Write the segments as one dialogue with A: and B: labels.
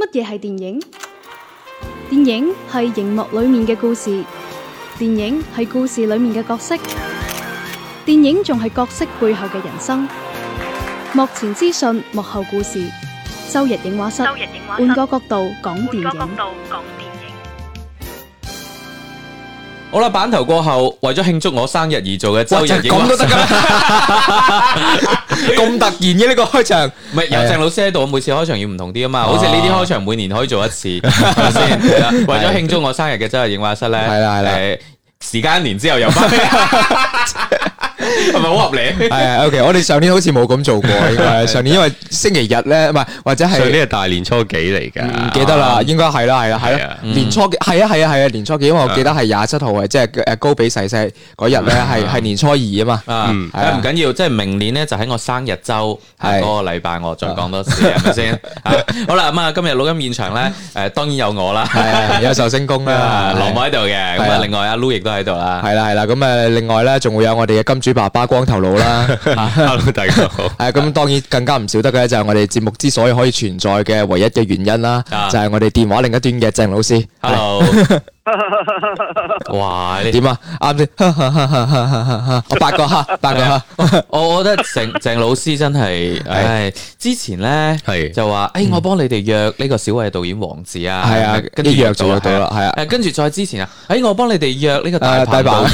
A: 乜嘢係電影？電影係熒幕裏面嘅故事，電影係故事裏面嘅角色，電影仲係角色背後嘅人生。幕前資訊，幕後故事。周日映畫室，
B: 周日映畫室
A: 換個角度講電
B: 換個角
A: 影。
B: 度講電影。
C: 好啦，版頭過後，為咗慶祝我生日而做嘅周日影畫室，
D: 哇，真係咁都得㗎？ 咁突然嘅呢個開場。
C: 唔係有鄭老師喺度，每次開場要唔同啲啊
D: 哦
C: 嘛。好似呢啲開場每年可以做一次，係咪 先？係啦為咗慶祝我生日嘅周日影畫室咧，
D: 係啦係啦
C: 誒，時間一年之後又翻， 係咪好合理？
D: 係啊，OK，我哋上年好似冇咁做過，應該。上年因為星期日呢，唔係，或者係-嗯
E: 上年係大年初幾嚟㗎？
D: 唔記得啦，應該係啦，係啦，係啦。
E: 係啊。
D: 年初幾-係啊，係啊，係啊，年初幾，因為我記得係27號，係即係，誒，高比逝世嗰日呢，係-係年初二啊嘛。
C: 啊，
E: 嗯
D: 係啊
C: 唔緊要，即係明年咧就喺我生日周
D: 係
C: 嗰個禮拜，我再講多 次，係咪先？啊好啦，咁啊，今日錄音現場咧，誒，當然有我啦，
D: 係啊，有壽星公啦，
C: 啊
D: 係啊。
C: 羅母喺度嘅，咁
D: 係
C: 啊
D: 啊，
C: 另外阿 Lu 亦都喺度啦。
D: 係啦，係啦，咁，誒，另外呢，仲會有我哋嘅金主爸爸光頭佬啦。
E: Hello，大家 好。
D: 系咁，當然更加唔少得嘅就係我哋節目之所以可以存在嘅唯一嘅原因啦，
C: 啊
D: 就係我哋電話另一端嘅鄭老師。
C: Hello，哇！你
D: 點啊？啱先，我八個哈，八個哈，
C: 我我覺得鄭鄭老師真係，唉，之前咧
E: 係
C: 就話，誒，我幫你哋約呢個小偉導演王子啊，
D: 係啊
C: 跟住
D: 一約就約到啦係啊
C: 誒跟住再之前啊，誒，我幫你哋約呢個大
D: 誒
C: 鵬
D: 大
C: 導演，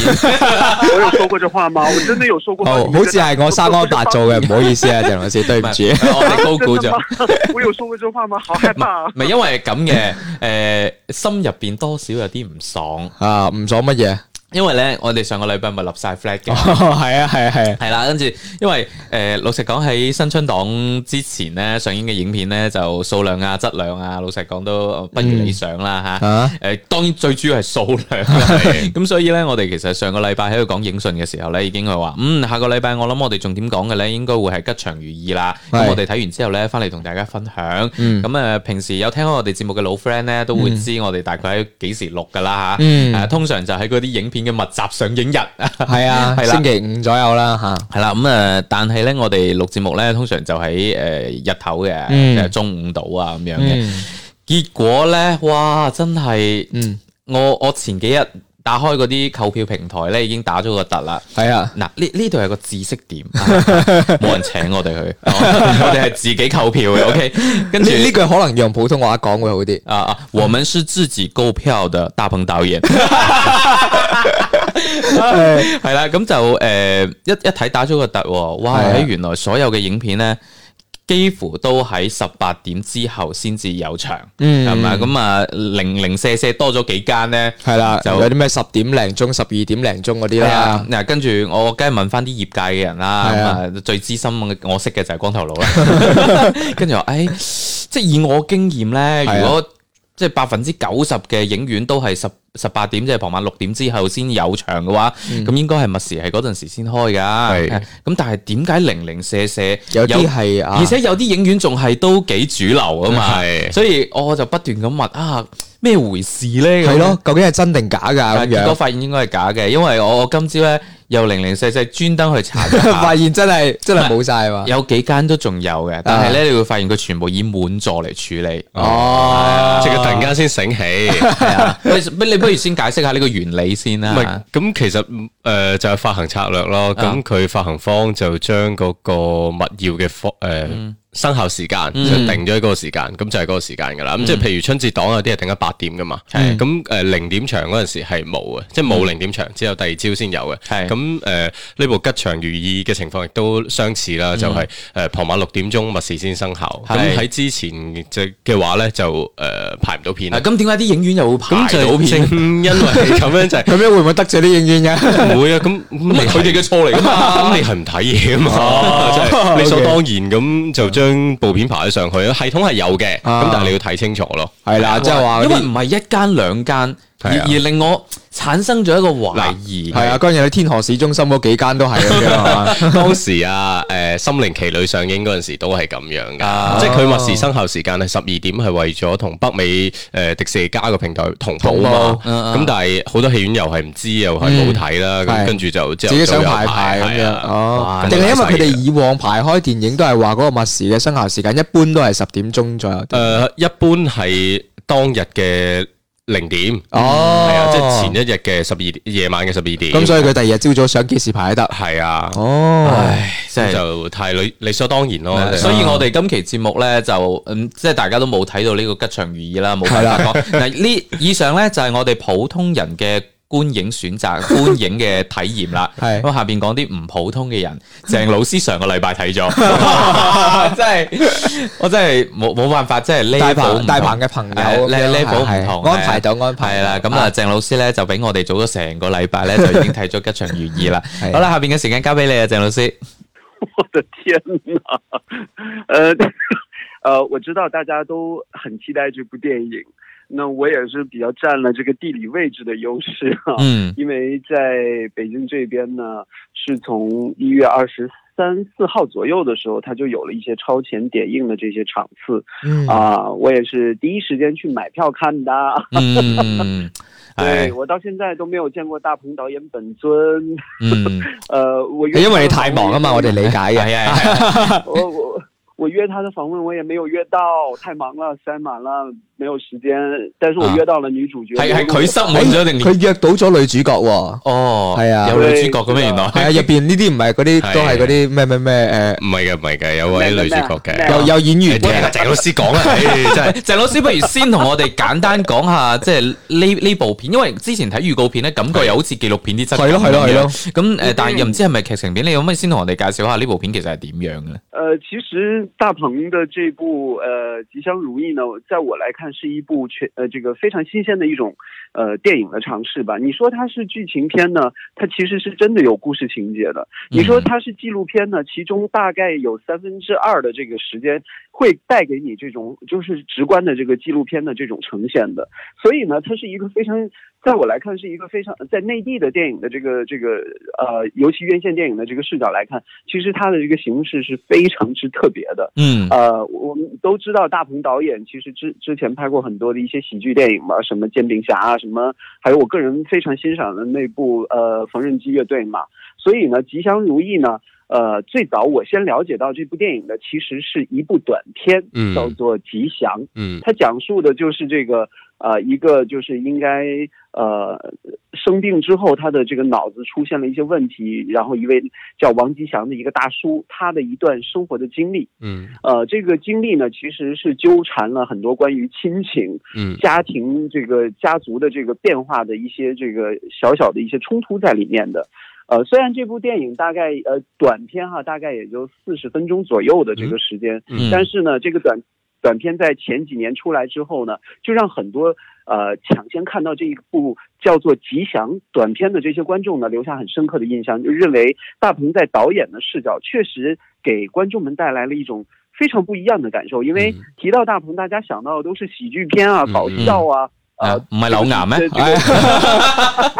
F: 我有说过这话吗？我真的有说过吗？
D: 哦，
F: 你
D: 好
F: 们
D: 似係我生安白做嘅，唔好意思啊，鄭老師，對唔住。
C: 我哋高估
F: 真
C: 咗
F: 的吗。？ 我有说过这话吗？好害
C: 唔係
F: 怕啊
C: 唔！係因為咁嘅，诶、心入边多少有啲唔爽，
D: 啊，唔爽乜嘢？
C: 因為咧，我哋上個禮拜咪立晒 flag
D: 哦，
C: 嘅。
D: 係啊，係啊，係啊，
C: 係啦，跟住因為诶、誒老實講喺新春檔之前咧上映嘅影片咧，就數量啊、質量啊，老實講都不如理想啦吓。
D: 啊，
C: 诶、當然最主要係數量 啦，咁所以咧，我哋其實上個禮拜喺度講影訊嘅時候咧，已經係話，嗯，下個禮拜我諗我哋重點講嘅咧，應該會係吉祥如意啦。咁
D: 係
C: 我哋睇完之後咧，翻嚟同大家分享。
D: 嗯
C: 咁誒，平時有聽開我哋節目嘅老 friend 咧，都會知我哋大概喺幾時錄噶啦嚇。
D: 嗯
C: 誒，通常就喺嗰啲影片嘅密集上映日。
D: 係啊，
C: 係啦
D: 星期五左右啦，吓，
C: 係啦，咁啊，但係咧，我哋錄節目咧，通常就喺誒日頭嘅，
D: 嗯
C: 即係中午到啊咁樣嘅。
D: 嗯
C: 結果咧，哇，真係
D: 嗯，
C: 我我前幾日打開嗰啲購票平台咧，已經打咗個突啦。
D: 係啊，
C: 嗱，呢呢度有個知識點，啊冇人請我哋 去，哦我哋係自己購票嘅。OK，跟
D: 呢
C: 住
D: 呢句可能用普通話講會好啲。
C: 啊啊！我们是自己购票的，大鹏导演系啦，咁就诶、一一睇打咗個突喎，哇！
D: 係啊
C: 原來所有嘅影片咧，幾乎都喺十八點之後先至有場，
D: 嗯
C: 係咪？咁啊，零零舍舍多咗幾間咧，
D: 係啦，
C: 就
D: 有啲咩十點零鐘、十二點零鐘嗰啲
C: 係
D: 啦
C: 啊。，嗱，跟住我梗係問翻啲業界嘅人啦，
D: 係
C: 咁
D: 啊
C: 啊最資深嘅我識嘅就係光頭佬啦。 跟住話，誒，即係以我經驗咧，
D: 係啊
C: 如果即係百分之九十嘅影院都係十十八點，即係傍晚六點之後先有場嘅話，
D: 嗯
C: 咁、應該係密時係嗰陣時先開㗎。
E: 係
C: 咁但係點解零零舍舍
D: 有啲係啊
C: 而且有啲影院仲係都幾主流啊嘛，
E: 係
C: 所以我就不斷咁問啊，咩回事咧？
D: 系咯，究竟係真定假㗎咁
C: 但結果
D: 樣？
C: 發現應該係假嘅，因為我我今朝咧又零零四四專登去 查咗
D: 發
C: 下，
D: 現真係真係冇晒 嘛？
C: 有幾間都仲有嘅，但係咧你會發現佢全部以滿座嚟處理。
D: 哦，
E: 即係佢突然間先醒起，
C: 係啊你 你不如先解釋下呢個原理先
E: 唔係
C: 啦。啊
E: 咁其實誒、呃就係發行策略咯。咁佢發行方就將嗰個物要嘅方誒生效時間就定咗喺嗰個時間，咁就係嗰個時間㗎啦。咁即係譬如春節檔啊有啲係定咗八點㗎嘛，咁誒零點場嗰陣時係冇嘅，即係冇零點場，只有第二朝先有
C: 係
E: 嘅。咁誒呢部吉祥如意嘅情況亦都相似啦，就係誒傍晚六點鐘密時先生效。
C: 係
E: 咁喺之前嘅嘅話咧，就誒、呃排唔到片啦
C: 啊咁點解啲影院又會
E: 咁
C: 排到
E: 就
C: 片？
E: 正因為咁樣就係
D: 咁樣會唔會得罪啲影院嘅？
E: 唔會啊，咁咁你
C: 佢哋嘅錯嚟㗎
E: 嘛，咁你係唔睇嘢啊嘛，即係理所
D: OK
E: 當然咁就將部片排咗上去啊。系統係有嘅，
D: 啊
E: 咁但係你要睇清楚咯。
C: 啊
D: 係啦，即係話嗰
C: 因為
D: 啲
C: 唔係一間兩間，而
E: 係啊
C: 而令我產生咗一個懷疑。
D: 係啊，嗰陣時喺天河市中心嗰幾間都係咁樣係嘛
E: 當時啊，誒、心靈奇旅上映嗰陣時都係咁樣噶，
C: 啊
E: 即係佢密時生效時間係十二點，係為咗同北美誒、迪士尼加個平台同步啊嘛。
C: 同步啊啊
E: 咁、但係好多戲院又係唔知，又係冇睇啦。咁、
D: 係
E: 跟住就之後
D: 自己
E: 就有
D: 想排排咁
E: 係
D: 樣
E: 啊
D: 哦
E: 咁，就
D: 定係因為佢
E: 細
D: 哋
E: 嘅
D: 以往排開電影都係話嗰個密時嘅生效時間一般都係十點鐘左右
E: 誒、。一般係當日嘅零點，
D: 哦，
E: 係啊，即係前一日嘅十二夜晚嘅十二點。
D: 咁所以佢第二日朝早想幾時排都得。
E: 係啊，
D: 哦，
C: 唉，真
E: 咁
C: 係。
E: 就太理理所當然咯。
C: 所以
D: 啊
C: 我哋今期節目咧就嗯，即係大家都冇睇到呢個吉祥如意啦，冇
D: 係
C: 辦
D: 啦
C: 法講。嗱呢以上咧就係我哋普通人嘅觀影選 擇、觀影嘅體驗啦。
D: 係
C: 咁下邊講啲唔普通嘅人，鄭老師上個禮拜睇 咗，哇真係我真係冇冇辦法，真係
D: 大
C: level 唔同
D: 鵬大鵬嘅朋友
C: 係
D: 咁樣
C: ，level
D: 係係
C: 唔同，
D: 安排到安排
C: 係啦。
D: 到
C: 咁啊，鄭老師咧就俾我哋早咗成個禮拜咧就已經睇咗吉祥如意啦
D: 係。
C: 好啦，下邊嘅時間交俾你啊，鄭老師。
F: 我的天呐，呃， 呃，我知道大家都很期待这部电影，那我也是比较占了这个地理位置的优势啊，
C: 嗯
F: 因为在北京这边呢，是从一月二十三四号左右的时候，它就有了一些超前点映的这些场次
D: 嗯
F: 啊，我也是第一时间去买票看的。啊
C: 嗯，
F: 对
D: 哎
C: 係
F: 我到现在都没有见过大鹏导演本尊，
C: 嗯。
F: 呃，我约
D: 因為你
F: 他的
D: 太忙啊嘛，
F: 访
D: 我
F: 问
D: 哋理解嘅。
C: 係啊，係啊
F: 我我我约他的访问我也没有约到，太忙了，塞满了，没有时间。但是我
D: 啊
F: 约到了女主角，
C: 係係佢塞滿咗定
D: 佢約到咗女主角喎。
C: 哦，
D: 係啊
C: 有女主角咁樣原
D: 係
C: 來
D: 啊，入边呢啲唔係嗰啲，
C: 啊
E: 係
D: 都係嗰啲咩咩咩
E: 唔係嘅，唔係嘅，有位女主角
F: 咩
E: 嘅
D: 诶，。有有演員
E: 誒聽阿
D: 嘅。
E: 鄭老師 講啦，唉真係。
C: 鄭老師，不如先同我哋簡單講下， 即係呢呢部片，因為之前睇預告片咧，感覺又好似紀錄片啲質感
D: 係咯係咯係咯
C: 咁樣咁
F: 嗯
C: 誒，但係又唔知係咪劇情片，你可唔可以先同我哋介紹下呢部片其實係點樣嘅咧？
F: 呃，其实大鹏的这部呃《吉祥如意》呢，在我来看是一部全呃这个非常新鲜的一种呃电影的尝试吧。你说它是剧情片呢，它其实是真的有故事情节的；你说它是纪录片呢，其中大概有三分之二的这个时间会带给你这种就是直观的这个纪录片的这种呈现的。所以呢，它是一个非常。在我来看，是一个非常在内地的电影的这个这个呃，尤其院线电影的这个视角来看，其实它的这个形式是非常之特别的。
C: 嗯
F: 呃，我们都知道大鹏导演其实之之前拍过很多的一些喜剧电影嘛，什么《煎饼侠》啊，什么，还有我个人非常欣赏的那部呃《缝纫机乐队》嘛。所以呢，《吉祥如意》呢，呃，最早我先了解到这部电影的其实是一部短片，
E: 嗯
F: 叫做《吉祥》。
E: 嗯
F: 它讲述的就是这个呃，一个就是应该呃生病之后，他的这个脑子出现了一些问题，然后一位叫王吉祥的一个大叔，他的一段生活的经历。
E: 嗯
F: 呃，这个经历呢，其实是纠缠了很多关于亲情、
E: 嗯
F: 家庭这个家族的这个变化的一些这个小小的一些冲突在里面的。呃，虽然这部电影大概呃短片哈，大概也就四十分钟左右的这个时间，
C: 嗯
F: 但是呢，这个短短片在前几年出来之后呢，就让很多呃抢先看到这一部叫做《吉祥》短片的这些观众呢，留下很深刻的印象，就认为大鹏在导演的视角确实给观众们带来了一种。非常不一样的感受，因为
E: 嗯
F: 提到大鹏，大家想到的都是喜剧片啊、
E: 嗯
F: 搞笑啊，
C: 啊
F: 呃，
C: 唔係柳岩咩
F: 这？个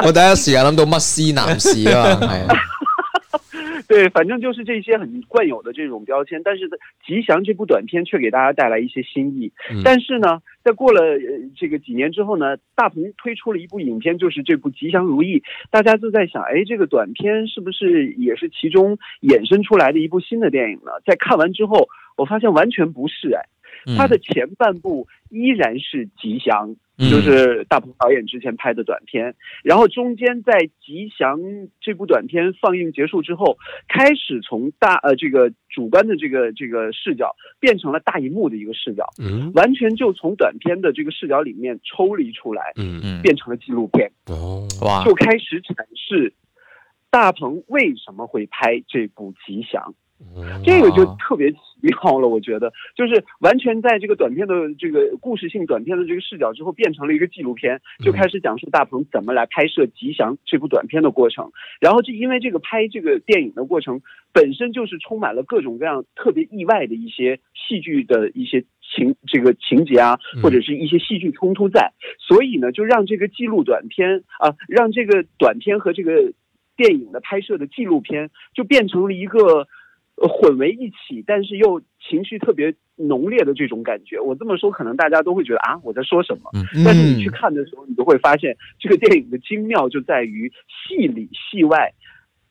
D: 我第一時間諗到乜斯男士 啊，係啊
F: 对，反正就是这些很惯有的这种标签，但是《吉祥》这部短片却给大家带来一些新意。
E: 嗯
F: 但是呢，在过了、呃、这个几年之后呢，大鹏推出了一部影片，就是这部《吉祥如意》，大家就在想，哎，这个短片是不是也是其中衍生出来的一部新的电影呢？在看完之后，我发现完全不是，哎，它的前半部依然是《吉祥》
C: 嗯
F: 就是大鹏导演之前拍的短片，然后中间在《吉祥》这部短片放映结束之后，开始从大呃这个主观的这个这个视角变成了大荧幕的一个视角，
E: 嗯
F: 完全就从短片的这个视角里面抽离出来，
E: 嗯
C: 嗯
F: 变成了纪录片，
E: 哦，
C: 哇
F: 就开始阐释大鹏为什么会拍这部《吉祥》。这个就特别奇妙了，我觉得就是完全在这个短片的这个故事性短片的这个视角之后，变成了一个纪录片，就开始讲述大鹏怎么来拍摄《吉祥》这部短片的过程。然后这因为这个拍这个电影的过程本身就是充满了各种各样特别意外的一些戏剧的一些情这个情节啊，
E: 嗯
F: 或者是一些戏剧冲突在，所以呢，就让这个记录短片啊，让这个短片和这个电影的拍摄的纪录片就变成了一个。呃混为一起，但是又情绪特别浓烈的这种感觉。我这么说，可能大家都会觉得啊，我在说什么？
C: 嗯
F: 但是你
D: 嗯
F: 去看的时候，你就会发现这个电影的精妙就在于戏里戏外。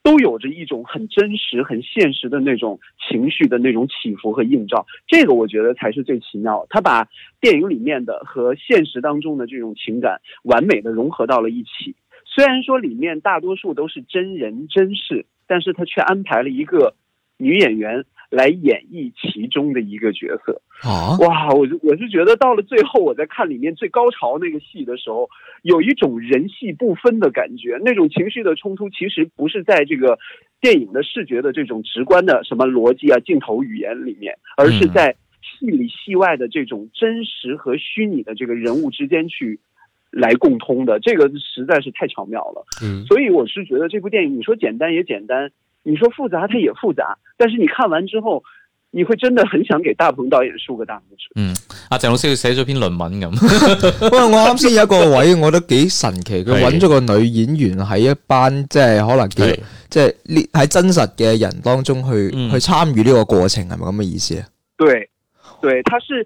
F: 都有着一种很真实、很现实的那种情绪的那种起伏和映照，这个我觉得才是最奇妙。他把电影里面的和现实当中的这种情感完美的融合到了一起。虽然说里面大多数都是真人真事，但是他却安排了一个女演员来演绎其中的一个角色。
D: 啊，
F: 哇，我就我是觉得到了最后，我在看里面最高潮那个戏的时候，有一种人戏不分的感觉，那种情绪的冲突其实不是在这个电影的视觉的这种直观的什么逻辑啊、镜头语言里面，而是在戏里戏外的这种真实和虚拟的这个人物之间去来共通的，这个实在是太巧妙了。
E: 嗯
F: 所以我是觉得这部电影，你说简单也简单，你说复杂它也复杂，但是你看完之后，你会真的很想给大鹏导演竖个大拇指。
C: 嗯，阿鄭老師佢寫咗篇論文 咁，
D: 不過我啱先有一個位，我覺得幾神奇，佢
E: 係
D: 揾咗個女演員喺一班即係可能
E: 係
D: 幾即係呢喺真實嘅人當中去
C: 嗯
D: 去參與呢個過程，係咪咁嘅意思啊？
F: 对，对，他是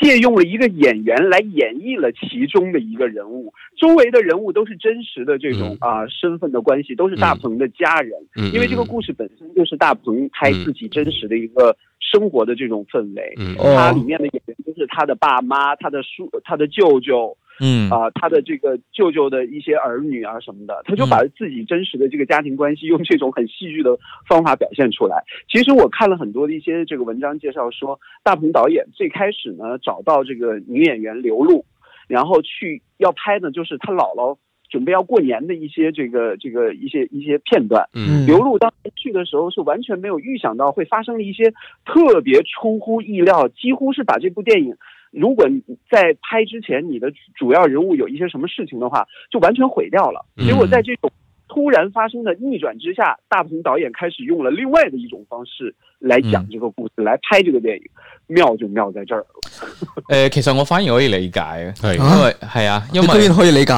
F: 借用了一个演员来演绎了其中的一个人物，周围的人物都是真实的这种啊、身份的关系，都是大鹏的家人，
E: 嗯
F: 因为这个故事本身就是大鹏拍自己真实的一个生活的这种氛围。
E: 嗯
D: 哦
F: 他里面的演员都是他的爸妈、他的叔、他的舅舅
C: 嗯
F: 啊、他的这个舅舅的一些儿女啊什么的，他就把自己真实的这个家庭关系用这种很戏剧的方法表现出来。其实我看了很多的一些这个文章介绍说，大鹏导演最开始呢找到这个女演员刘露，然后去要拍呢就是他姥姥准备要过年的一些这个这个一些一些片段。
E: 嗯
F: 刘露当时去的时候是完全没有预想到会发生一些特别出乎意料，几乎是把这部电影，如果你在拍之前你的主要人物有一些什么事情的话，就完全毁掉了。
E: 嗯
F: 结果在这种突然发生的逆转之下，大鹏导演开始用了另外的一种方式来讲这个故事，来拍这个电影，妙就妙在这儿。
C: 诶、呃其實我反而可以理解嘅，
E: 係
C: 因為係啊，因
D: 你居
C: 為
D: 然可以理解，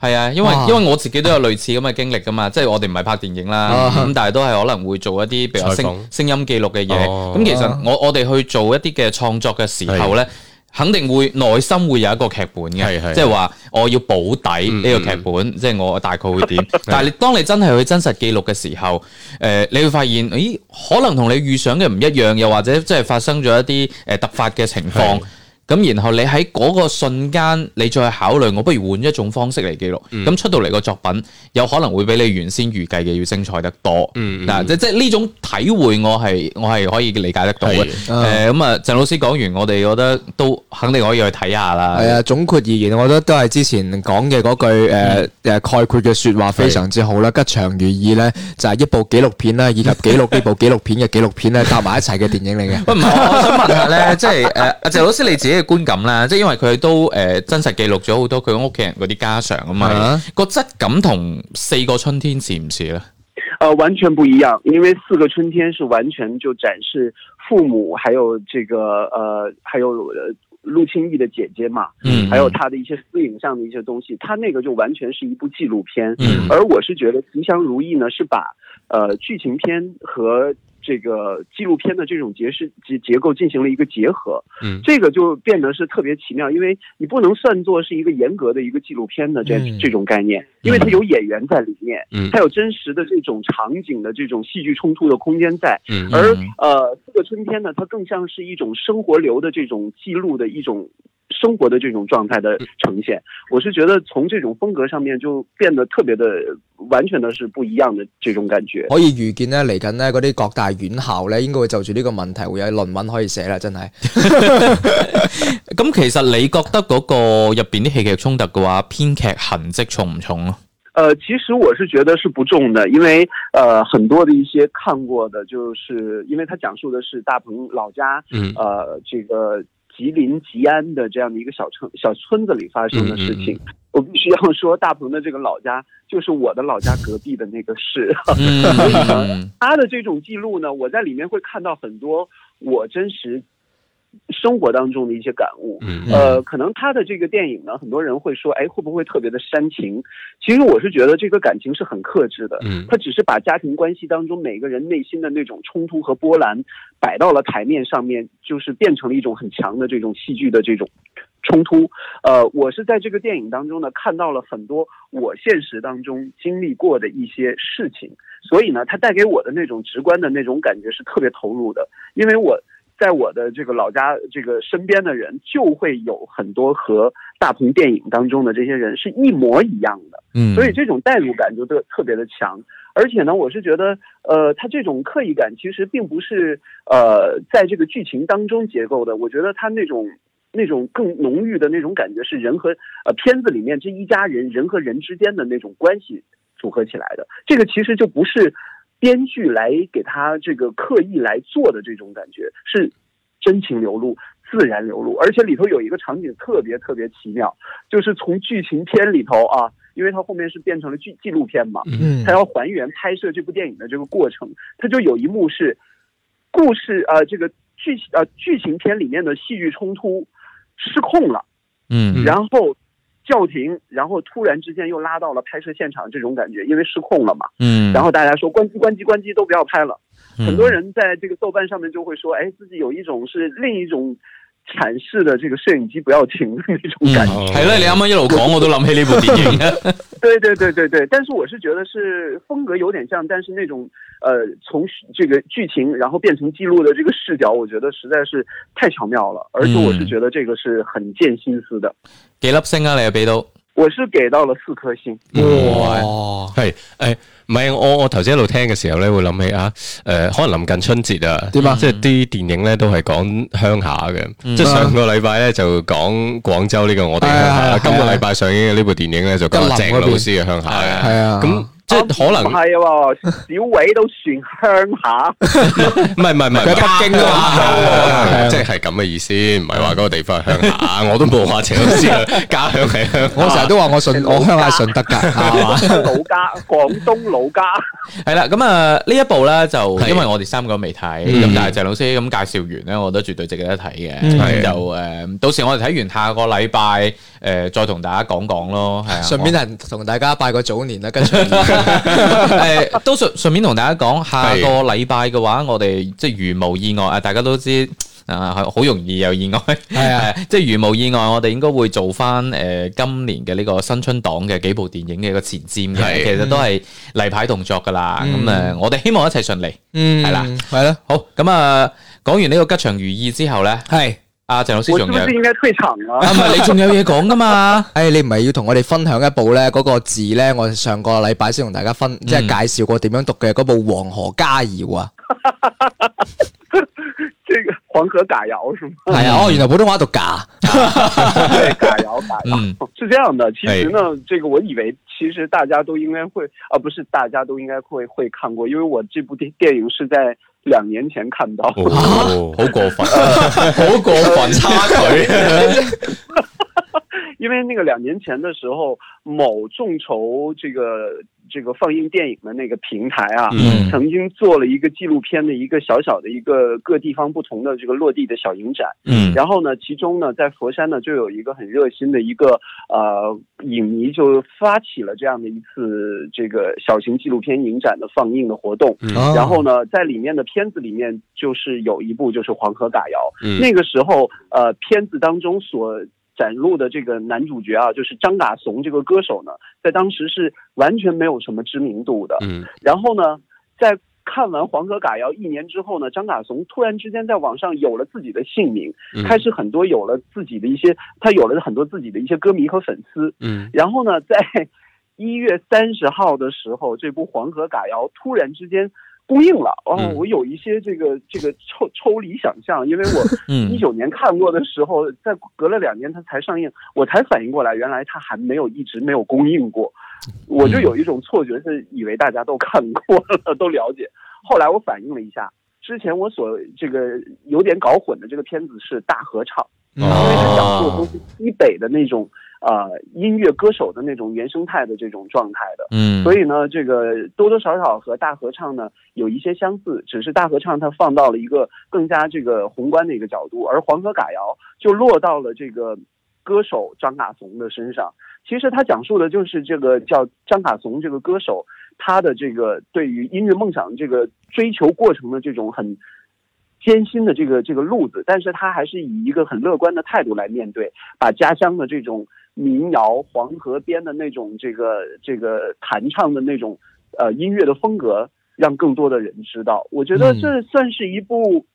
C: 係啊，因為
D: 哇
C: 因為我自己都有類似咁嘅經歷噶嘛，即係我哋唔係拍電影啦，
D: 啊
C: 咁、但係都係可能會做一啲譬如話
E: 採
C: 聲
E: 訪
C: 聲音記錄嘅嘢，咁、
E: 哦
C: 其實我我哋去做一啲嘅創作嘅時候咧。肯定會內心會有一個劇本嘅，
E: 係係
C: 即係話我要保底
E: 嗯
C: 呢個劇本，即係我大概會 點。但係你當你真係去真實記錄嘅時候，誒、呃你會發現，咦，可能同你預想嘅唔一樣，又或者即係發生咗一啲誒、呃突發嘅情況
E: 係。
C: 咁然後你喺嗰個瞬間，你再考慮，我不如換一種方式嚟記錄，咁、
E: 嗯
C: 出到嚟個作品有可能會比你原先預計嘅要精彩得多。嗱、
E: 嗯嗯
C: 即即呢種體會我係我係可以理解得到嘅。
E: 係
C: 誒咁啊，鄭老師講完，我哋覺得都肯定可以去睇下啦。
D: 係啊，總括而言，我覺得都係之前講嘅嗰句
C: 嗯
D: 誒誒概括嘅説話非常之好啦。吉祥如意咧，就係一部紀錄片 啦，以及記錄呢部紀錄片嘅紀錄片咧，夾埋一齊嘅電影嚟嘅。
C: 喂，唔係，我我想問下咧， 即係誒阿鄭老師你自己嘅觀感啦，即係因為佢都誒、呃真實記錄咗好多佢屋企人嗰啲家常啊嘛
D: 啊，
C: 個質感同四個春天似唔似咧？
F: 呃，完全不一样，因为《四个春天》是完全就展示父母，还有这个呃，还有呃陆清义的姐姐嘛，
C: 嗯
F: 还有他的一些私影上的一些东西，他那个就完全是一部纪录片。
C: 嗯
F: 而我是觉得《吉祥如意》呢，是把呃剧情片和这个纪录片的这种结式结结构进行了一个结合，
E: 嗯
F: 这个就变得是特别奇妙，因为你不能算作是一个严格的一个纪录片的这、
D: 嗯
F: 这种概念，因为它有演员在里面，
E: 嗯
F: 它有真实的这种场景的这种戏剧冲突的空间在，
E: 嗯
F: 而呃，这个春天呢，它更像是一种生活流的这种记录的一种生活的这种状态的呈现。我是觉得从这种风格上面就变得特别的，完全的是不一样的这种感觉。
D: 可以預見咧，嚟緊咧嗰啲各大院校咧，應該會就住呢個問題會有論文可以寫啦，真係。
C: 咁其實你覺得嗰個入邊啲戲劇衝突嘅話，編劇痕跡重唔重咯？
F: 呃，其实我是觉得是不重的，因为呃，很多的一些看过的，就是因为它讲述的是大鹏老家，
E: 嗯
F: 呃，这个吉林吉安的这样的一个小城小村子里发生的事
E: 嗯
F: 情。我必须要说，大鹏的这个老家就是我的老家隔壁的那个市。
C: 嗯，
F: 他的这种记录呢，我在里面会看到很多我真实生活当中的一些感悟。
E: 嗯
F: 呃，可能他的这个电影呢，很多人会说，哎，会不会特别的煽情？其实我是觉得这个感情是很克制的，
E: 嗯
F: 他只是把家庭关系当中每个人内心的那种冲突和波澜摆到了台面上面，就是变成了一种很强的这种戏剧的这种冲突。呃，我是在这个电影当中呢看到了很多我现实当中经历过的一些事情，所以呢，它带给我的那种直观的那种感觉是特别投入的，因为我。在我的这个老家，这个身边的人就会有很多和大鹏电影当中的这些人是一模一样的。
C: 嗯，
F: 所以这种代入感就特特别的强。而且呢，我是觉得，呃，它这种刻意感其实并不是呃在这个剧情当中结构的，我觉得它那种。那种更浓郁的那种感觉是人和呃片子里面这一家人人和人之间的那种关系组合起来的，这个其实就不是编剧来给他这个刻意来做的这种感觉，是真情流露、自然流露，而且里头有一个场景特别特别奇妙，就是从剧情片里头啊，因为它后面是变成了剧纪录片嘛，
D: 嗯
F: 他要还原拍摄这部电影的这个过程，他就有一幕是故事呃这个剧情呃剧情片里面的戏剧冲突失控了，
C: 嗯
F: 然后叫停，然后突然之间又拉到了拍摄现场这种感觉，因为失控了嘛，
C: 嗯，
F: 然后大家说关机关机关机都不要拍了，
C: 嗯
F: 很多人在这个豆瓣上面就会说，哎，自己有一种是另一种阐释的这个摄影机不要停的那种感觉。
E: 覺
C: 系啦，你啱啱一路講我都諗起呢部電影嘅，
F: 对对对对对，但是我是觉得是风格有点像，但是那种呃，从这个剧情然后变成记录的这个视角，我觉得实在是太巧妙了，而且我是觉得这个是很见心思的，
C: 幾粒星啊？你又俾到？
F: 我是给到了四颗星。
D: 嗯
C: 哇！
E: 系诶，唔係我我頭先一路聽嘅時候咧，會諗起啊，诶，可能臨近春節啊，
D: 點啊嗯
E: 即係啲電影咧都係講鄉下嘅，即係上個禮拜咧就講廣州呢個我哋鄉
D: 係啊係
E: 下
D: 啊，
E: 今個禮拜上映嘅呢部電影咧就講
D: 吉林
E: 鄭
D: 嗰邊
E: 老師嘅鄉下嘅，
D: 係啊
E: 咁即係可能
F: 唔系喎，小伟都算鄉下，
E: 唔係唔係唔係，
D: 佢喺北京啊嘛係啊
E: 即係係咁嘅意思，唔係話嗰個地方係鄉下， 我都冇話鄭老 師嘅家鄉係鄉
C: 啊
D: 我成日都話我順，我鄉下順 德㗎，係嘛？
F: 老家，廣東老家。
C: 係啦，咁啊呢一部咧就
E: 係
C: 因為我哋三個未睇，
E: 嗯
C: 咁但係鄭老師咁介紹完咧，我覺得絕對值得一睇嘅。
D: 嗯
C: 咁就誒，到時我哋睇完下個禮拜誒，再同大家講講咯。係啊，
D: 順便人同大家拜個早年啦，跟住
C: 诶，都順順便同大家講，下個禮拜嘅話，我哋即係如無意外啊，大家都知。 啊，係好容易有意外，
D: 係啊
C: 誒，即係如無意外，我哋應該會做翻誒、今年嘅呢個新春檔嘅幾部電影嘅一個前瞻嘅，
E: 係
C: 其實都係例牌動作噶啦。咁誒、
D: 嗯
C: 我哋希望一切順利。
D: 嗯
C: 係啦，
D: 係咯，
C: 好，咁啊，講完呢個吉祥如意之後咧，
D: 係。
C: 阿鄭老師
F: 我
C: 仲
F: 是不
C: 有
F: 是应该退場啊？
C: 啊，唔係你仲有嘢講噶 嘛？
D: 诶，你唔係要同我哋分享一部咧嗰個字咧？我上個禮拜先同大家分，
C: 嗯
D: 即係介紹過點樣讀嘅嗰部《黃河佳肴》啊，
F: 这个黃河嘎謠是吗？
C: 嗯
D: 係啊，哦，原來普通話讀假，
F: 对，嘎謠嘎謠。
C: 嗯，
F: 是这样的，其
E: 哎
F: 实呢，这个我以为其实大家都应该会啊，不是大家都应该会会看过，因为我这部电电影是在两年前看到。
E: 哦
C: 好過分，好過分，差距。
F: 因为那个两年前的时候，某众筹这个这个放映电影的那个平台啊，
E: 嗯
F: 曾经做了一个纪录片的一个小小的一个各地方不同的这个落地的小影展。
C: 嗯
F: 然后呢，其中呢，在佛山呢，就有一个很热心的一个呃影迷就发起了这样的一次这个小型纪录片影展的放映的活动。
E: 嗯
C: 嗯
D: 哦
F: 然后呢，在里面的片子里面，就是有一部就是《黄河嘎谣》，
E: 嗯
F: 那个时候，呃，片子当中所展露的这个男主角啊，就是张嘎怂这个歌手呢，在当时是完全没有什么知名度的。
E: 嗯
F: 然后呢，在看完《黄河嘎谣》一年之后呢，张嘎怂突然之间在网上有了自己的姓名，
E: 嗯
F: 开始很多有了自己的一些，他有了很多自己的一些歌迷和粉丝。
E: 嗯
F: 然后呢，在一月三十号的时候，这部《黄河嘎谣》突然之间公映了。哦
E: 嗯，
F: 我有一些这个这个抽抽离想象，因为我
C: 嗯
F: 一九年看过的时候，在隔了两年它才上映，我才反应过来，原来它还没有一直没有公映过。我就有一种错觉，是以为大家都看过了，都了解。后来我反应了一下，之前我所这个有点搞混的这个片子是《大合唱》，
D: 哦
F: 因为
D: 嗯
F: 是讲述都是西北的那种呃音乐歌手的那种原生态的这种状态的。
C: 嗯，
F: 所以呢，这个多多少少和大合唱呢有一些相似，只是大合唱它放到了一个更加这个宏观的一个角度，而黄河嘎谣就落到了这个歌手张嘎怂的身上。其实它讲述的就是这个叫张嘎怂这个歌手，他的这个对于音乐梦想这个追求过程的这种很艰辛的这个这个路子，但是他还是以一个很乐观的态度来面对，把家乡的这种民谣、黄河边的那种这个这个弹唱的那种呃音乐的风格，让更多的人知道。我觉得这算是一部。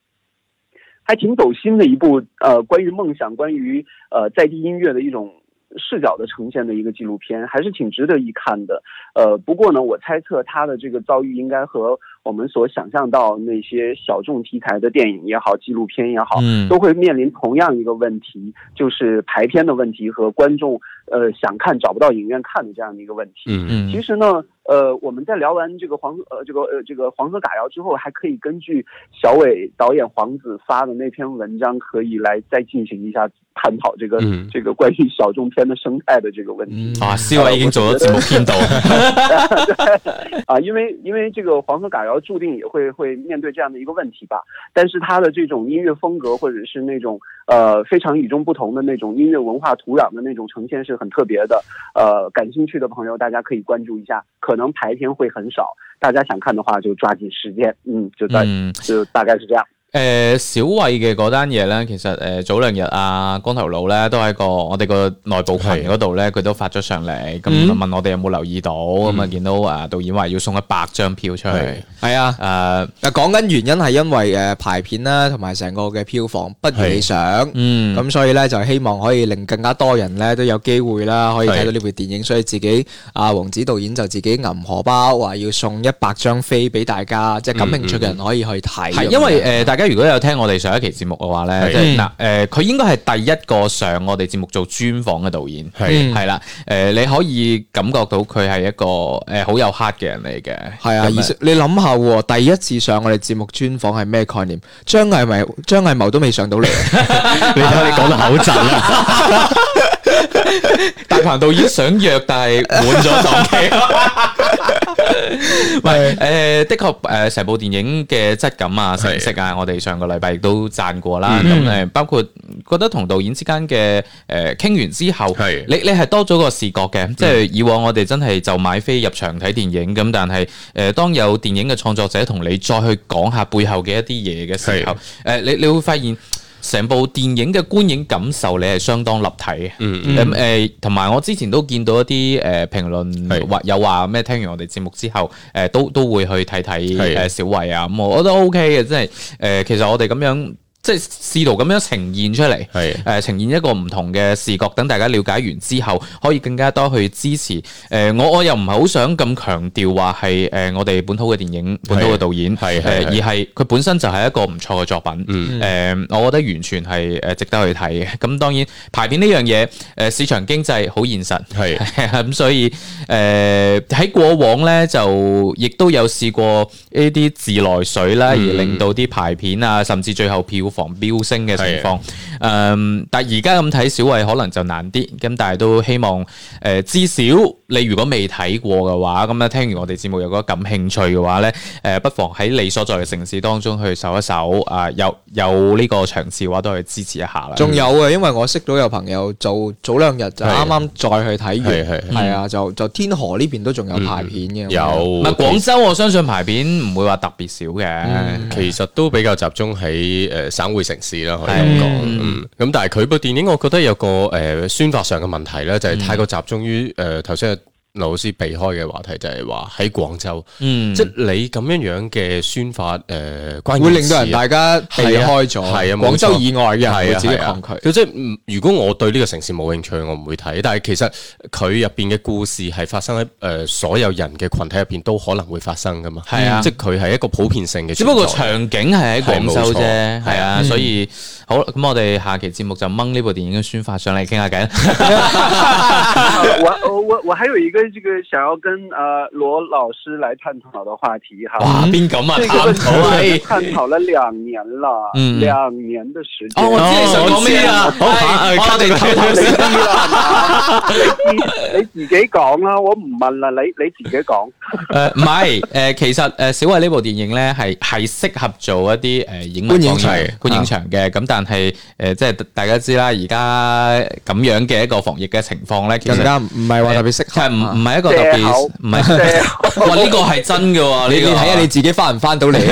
F: 还挺走心的一部呃，关于梦想、关于呃在地音乐的一种视角的呈现的一个纪录片，还是挺值得一看的。呃，不过呢，我猜测他的这个遭遇应该和我们所想象到那些小众题材的电影也好、纪录片也好，
C: 嗯
F: 都会面临同样一个问题，就是排片的问题和观众呃想看找不到影院看的这样的一个问题。
E: 嗯
C: 嗯
F: 其实呢，呃，我们在聊完这个黄呃这个呃这个黄河嘎谣之后，还可以根据小伟导演黄子发的那篇文章，可以来再进行一下探讨这个、
E: 嗯
F: 这个关于小众片的生态的这个问题
C: 啊，思慧已經做咗節目編導，
F: 啊、因为因为这个黄河嘎谣注定也会会面对这样的一个问题吧，但是他的这种音乐风格或者是那种呃非常与众不同的那种音乐文化土壤的那种呈现是很特别的，呃，感兴趣的朋友大家可以关注一下，可能排片会很少，大家想看的话就抓紧时间，嗯，就大、
C: 嗯。
F: 就大概 是这样。
C: 誒、小慧嘅嗰單嘢咧，其實誒、早兩日啊，光頭佬咧都喺個我哋個內部群嗰度咧，佢都發咗上嚟，咁、
D: 嗯
C: 問我哋有冇留意到，咁啊、見到啊導演話要送一百張票出去，誒
E: 係、
D: 系啊。嗱，講緊原因係因為诶排片啦，同埋成個嘅票房不如理想，
C: 嗯，
D: 咁所以咧就希望可以令更加多人咧都有機會啦，可以睇到呢部電影，所以自己阿黃子導演就自己揞荷包，話要送一百張飛俾大家，即係感興趣嘅人可以去睇。
C: 嗯係因為誒、大家如果有聽我哋上一期節目嘅話咧，
E: 係
C: 即係嗱誒，佢、應該係第一個上我哋節目做專訪嘅導演，
E: 係
C: 係啦，誒、你可以感覺到佢係一個誒好、有 heart 嘅人嚟嘅，
D: 係啊，而
C: 咁
D: 且你諗下喎，第一次上我哋節目專訪係咩概念？張藝謀張藝謀都未上到 嚟，
C: 嗯
E: 你睇下你講到口窒 啦，
C: 大鹏導演想約，但係滿咗檔期。喂，誒的確誒成部電影嘅質感啊、成色啊，我哋上個禮拜亦都讚過啦。咁誒，包括覺得同導演之間嘅誒傾完之後，
E: 係
C: 你你係多咗個視覺嘅，即係以往我哋真係就買飛入場睇電影咁，但係誒當有電影嘅創作者同你再去講下背後嘅一啲嘢嘅時候，誒你你會發現。成部電影嘅觀影感受，你係相當立體嘅。
E: 嗯
C: 咁誒，同埋我之前都見到一啲誒評論
E: 係
C: 話有話咩聽完我哋節目之後，誒都都會去睇睇
E: 係
C: 誒小慧啊，咁我覺得 OK 嘅，即係呃誒其實我哋咁樣即係試圖咁樣呈現出嚟。
E: 係
C: 誒、呈現一個唔同嘅視覺，等大家了解完之後，可以更加多去支持。誒、呃我我又唔係好想咁強調話係誒我哋本土嘅電影、本土嘅導演，誒
E: 係係係
C: 而係佢本身就係一個唔錯嘅作品。
E: 嗯
C: 誒、呃我覺得完全係誒值得去睇嘅。咁當然排片呢樣嘢，誒、呃市場經濟好現實。
E: 係
C: 咁所以誒喺、過往咧就亦都有試過呢啲自來水啦，而令到啲排片啊，甚至最後票房飆升嘅情況。誒、嗯但係而家咁睇小慧可能就難啲，咁但係都希望誒、呃至少你如果未睇過嘅話，咁咧啊聽完我哋節目有果感興趣嘅話咧，誒、不妨喺你所在嘅城市當中去搜一搜啊、有有呢個場次嘅話都去支持一下啦。
D: 仲有啊，因為我識到有朋友就早兩日就啱啱再去睇
E: 係嗯
D: 完，
E: 係
C: 嗯
D: 係啊，就就天河呢邊都仲有排片嘅，
E: 有
C: 唔係啊廣州，嗯我相信排片唔會話特別少嘅。
E: 其實都比較集中喺誒、呃省會城市啦，可以
C: 係
E: 咁講。嗯咁、但係佢部電影，我覺得有個誒、呃宣發上嘅問題咧，就係、
C: 嗯
E: 太過集中於誒頭先劉老師避開嘅話題，就係話喺廣州，
C: 嗯
E: 即係你咁樣樣嘅宣發誒、呃，關
D: 會令到人大家避開咗，
E: 係啊係啊冇
D: 廣
E: 錯
D: 州以外嘅人會
E: 係啊
D: 自己
E: 係啊
D: 抗拒。
E: 佢即係唔如果我對呢個城市冇興趣，我唔會睇。但係其實佢入邊嘅故事係發生喺誒、呃所有人嘅群體入邊都可能會發生噶嘛。
C: 係啊
E: 即係佢係一個普遍性嘅存在。
C: 只不過場景係喺廣州啫，
E: 係冇錯
C: 係啊，所以好啦咁我哋下期節目就掹呢部電影嘅宣發上嚟傾下偈啦。
F: 我我我我还有一个这个想要跟呃罗老师来探讨的话题哈。
C: 哇，邊咁 啊？
F: 这个
C: 探
F: 问
C: 討啊！
F: 题我
C: 哎
F: 们探讨了两年了，
C: 嗯
F: 两年的时间。
C: 哦，我知你想講咩啊？
E: 我知啊
C: 哎
E: 好
C: 我哋
E: 我哋
C: 偷偷
F: 你知啦，係嘛你自你自己講啦，我唔問啦，你你自己講。
C: 诶，呃唔係诶，誒其實诶，誒小慧呢部電影咧係係適合做一啲诶影迷
D: 觀影
C: 放映
D: 場
C: 觀影場嘅，咁但係诶，誒即係大家知啦，而家咁樣嘅一個防疫嘅情況咧，其
D: 更
C: 實
D: 加唔唔係話特別適
C: 就係唔
D: 合。啊
C: 唔係一個特
F: 借
C: 別
F: 口
C: 唔係。
F: 即係
C: 哇！呢個係真嘅喎，
D: 你
C: 呢
D: 你
C: 個
D: 睇下你自己翻唔翻到 嚟咧？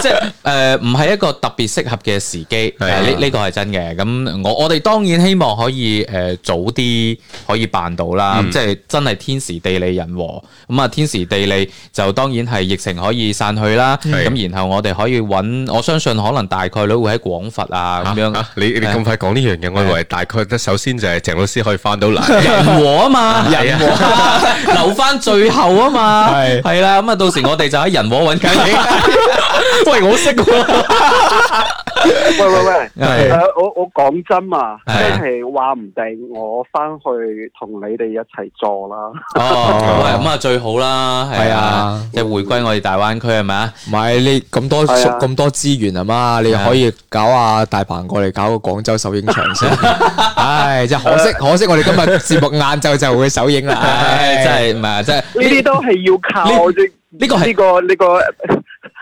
C: 即係诶，誒唔係一個特別適合嘅時機，誒
E: 係
C: 呢呢個係真嘅。咁我我哋當然希望可以诶早啲可以辦到啦，
E: 嗯
C: 即係真係天時地利人和。咁啊，天時地利就當然係疫情可以散去啦。
E: 係
C: 咁然後我哋可以揾，我相信可能大概率會喺廣佛啊咁樣。
E: 啊你你咁快講呢樣嘢，我以為大概得首先就係鄭老師可以翻到嚟，
C: 人和啊嘛，
E: 係啊
C: 人和啊嘛留翻最後啊嘛，
D: 係
C: 係啦，咁啊到時我哋就喺人和揾緊你。
E: 喂，我識喎，
F: 喂喂喂，
C: 係
F: 誒我我講真啊，即
C: 係
F: 係話唔定我翻去同你哋一齊坐啦。
C: 哦，喂，咁啊最好啦，係
D: 係
C: 啊
D: 啊，
C: 即係回歸我哋大灣區係咪啊？
D: 唔係你咁多
F: 係啊
D: 咁多資源啊嘛，你可以搞下大鵬過嚟搞個廣州首映場 先。唉，真係可惜，可惜我哋今日節目晏晝就會首映啦。
C: 唉，
D: 唉，
C: 真係唔係真係
F: 呢啲都係要靠呢
C: 呢個係
F: 呢個呢個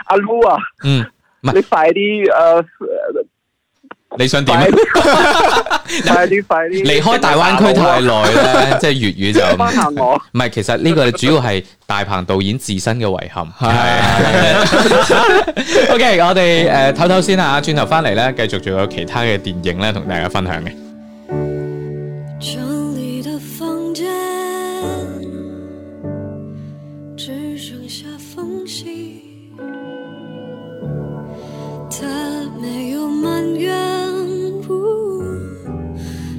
F: 阿 Lu 啊，
C: 嗯。唔係
F: 你快啲誒
C: 你想點啊
F: 快？ 快啲快啲
C: 離開大灣區太耐 咧，即係粵語就
F: 幫下我。
C: 唔係，其實呢個主要係大鵬導演自身嘅遺憾。係。OK，我 哋誒唞唞先啊，轉頭翻嚟咧，繼續仲有其他嘅電影咧，同大家分享嘅。
B: 城里的房间只剩下缝隙，它没有满园舞，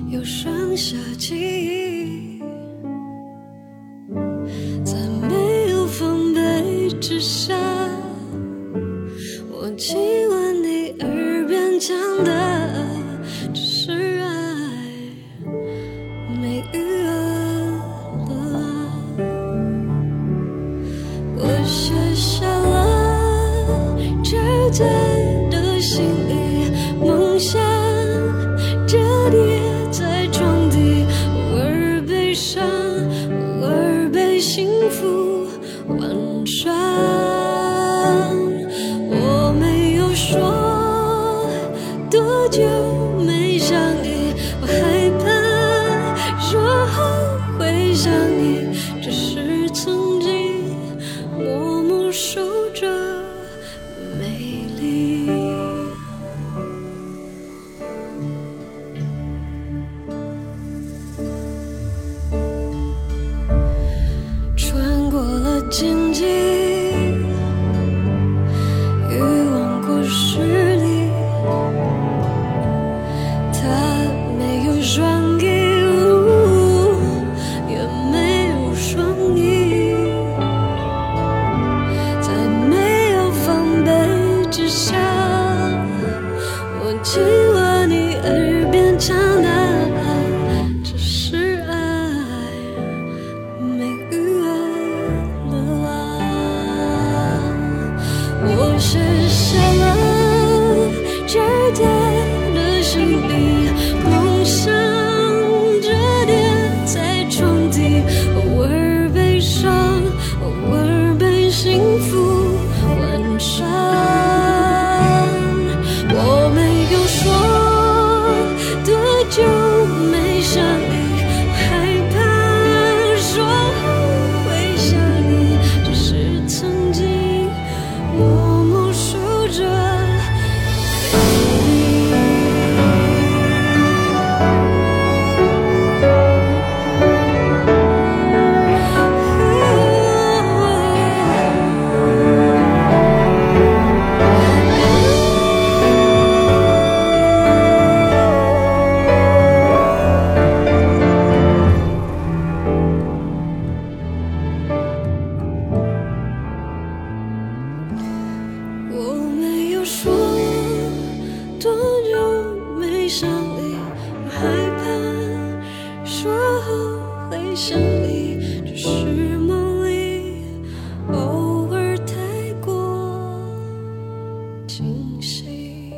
B: 又剩下记忆，再没有防备之下，我亲吻你耳边讲的只是爱。没余额了，我写下了这醉的心意，梦想折叠在床底，偶尔被说后会想你，只是梦里偶尔太过清晰。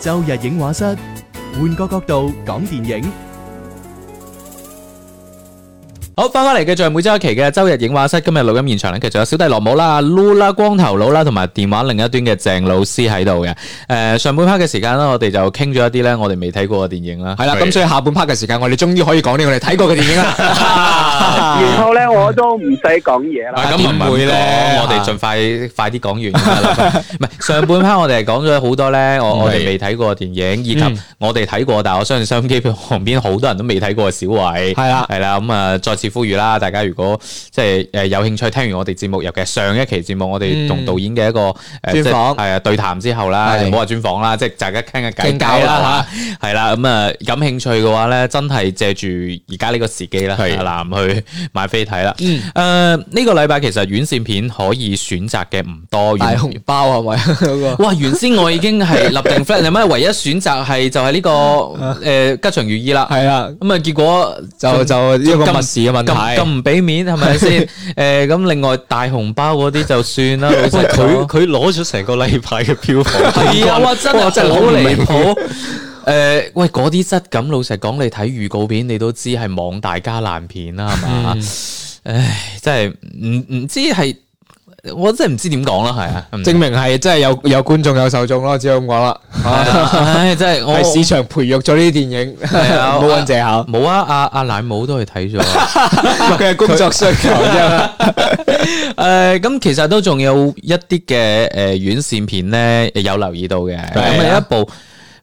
G: 周日影画室，換個角度講電影。
C: 好，翻翻嚟嘅就係每周一期嘅周日影畫室，今日錄音現場咧，其實仲有小弟羅姆啦、Lu 啦、光頭佬啦，同埋電話另一端嘅鄭老師喺度嘅。誒、上半 part 嘅時間啦，我哋就傾咗一啲咧，我哋未睇過嘅電影啦。
D: 系啦，咁所以下半 part 嘅時間，我哋終於可以講啲我哋睇過嘅電影啦。
C: 啊
F: 然後咧我都唔使講嘢
D: 啊
F: 啦。
C: 咁
E: 咁
C: 唔
E: 唔
C: 會
E: 會
C: 咧
E: 咧，
C: 我哋盡快快啲講 完。啊唔係上半 part 我哋係講咗好多咧，
D: 嗯
C: 我我哋
E: 係
C: 未睇過嘅電影，以及
E: 嗯
C: 我哋睇過，但我相信收音機旁邊好多人都未睇過嘅小偉。
D: 係啦
C: 係啦，咁啊再次呼籲啦，大家如果即係誒有興趣聽完我哋節目，尤其係上一期節目，我哋同導演嘅一個誒
D: 嗯專訪
C: 係啊對談之後啦，
D: 係
C: 唔好話專訪啦，即係大家傾下偈
D: 傾偈啦
C: 嚇，係啦，咁啊感興趣嘅話咧，真係借住而家呢個時機啦，啊
E: 係
C: 男去買飛睇啦。
D: 嗯
C: 誒、呢、個禮拜其實院線片可以選擇嘅唔多，
D: 大
C: 原
D: 紅包係咪嗰個？
C: 哇！原先我已經係立定 flat，你乜唯一選擇係就係呢、個誒、吉祥如意啦。
D: 啊係啦，
C: 咁啊，結果
D: 就就呢個
C: 咁
D: 密事嘅
C: 咁
D: 問題。
C: 咁唔俾面係咪 先？誒咁，另外大紅包嗰啲就算啦。老實講
E: 佢佢攞咗成個禮拜嘅票房
C: 係啊，哇！真係
D: 哇真係
C: 好
D: 諗唔
C: 離
D: 明
C: 譜。誒、喂，嗰啲質感，老實講，你睇預告片，你都知係網大加爛片啦，係嘛？唉，真係唔唔知係，我真係唔知點講啦，係啊，嗯
D: 證明係真係有有觀眾有受眾咯，只可以咁講啦。
C: 唉，真係我
D: 係市場培育咗呢啲電 影，
C: 係啊
D: 冇揾藉口。
C: 冇啊，阿阿奶母都去睇咗。
D: 佢係工作需求啫。
C: 誒，咁其實都仲有一啲嘅誒院線片咧，有留意到嘅。
D: 係
C: 咁
D: 啊
C: 有一部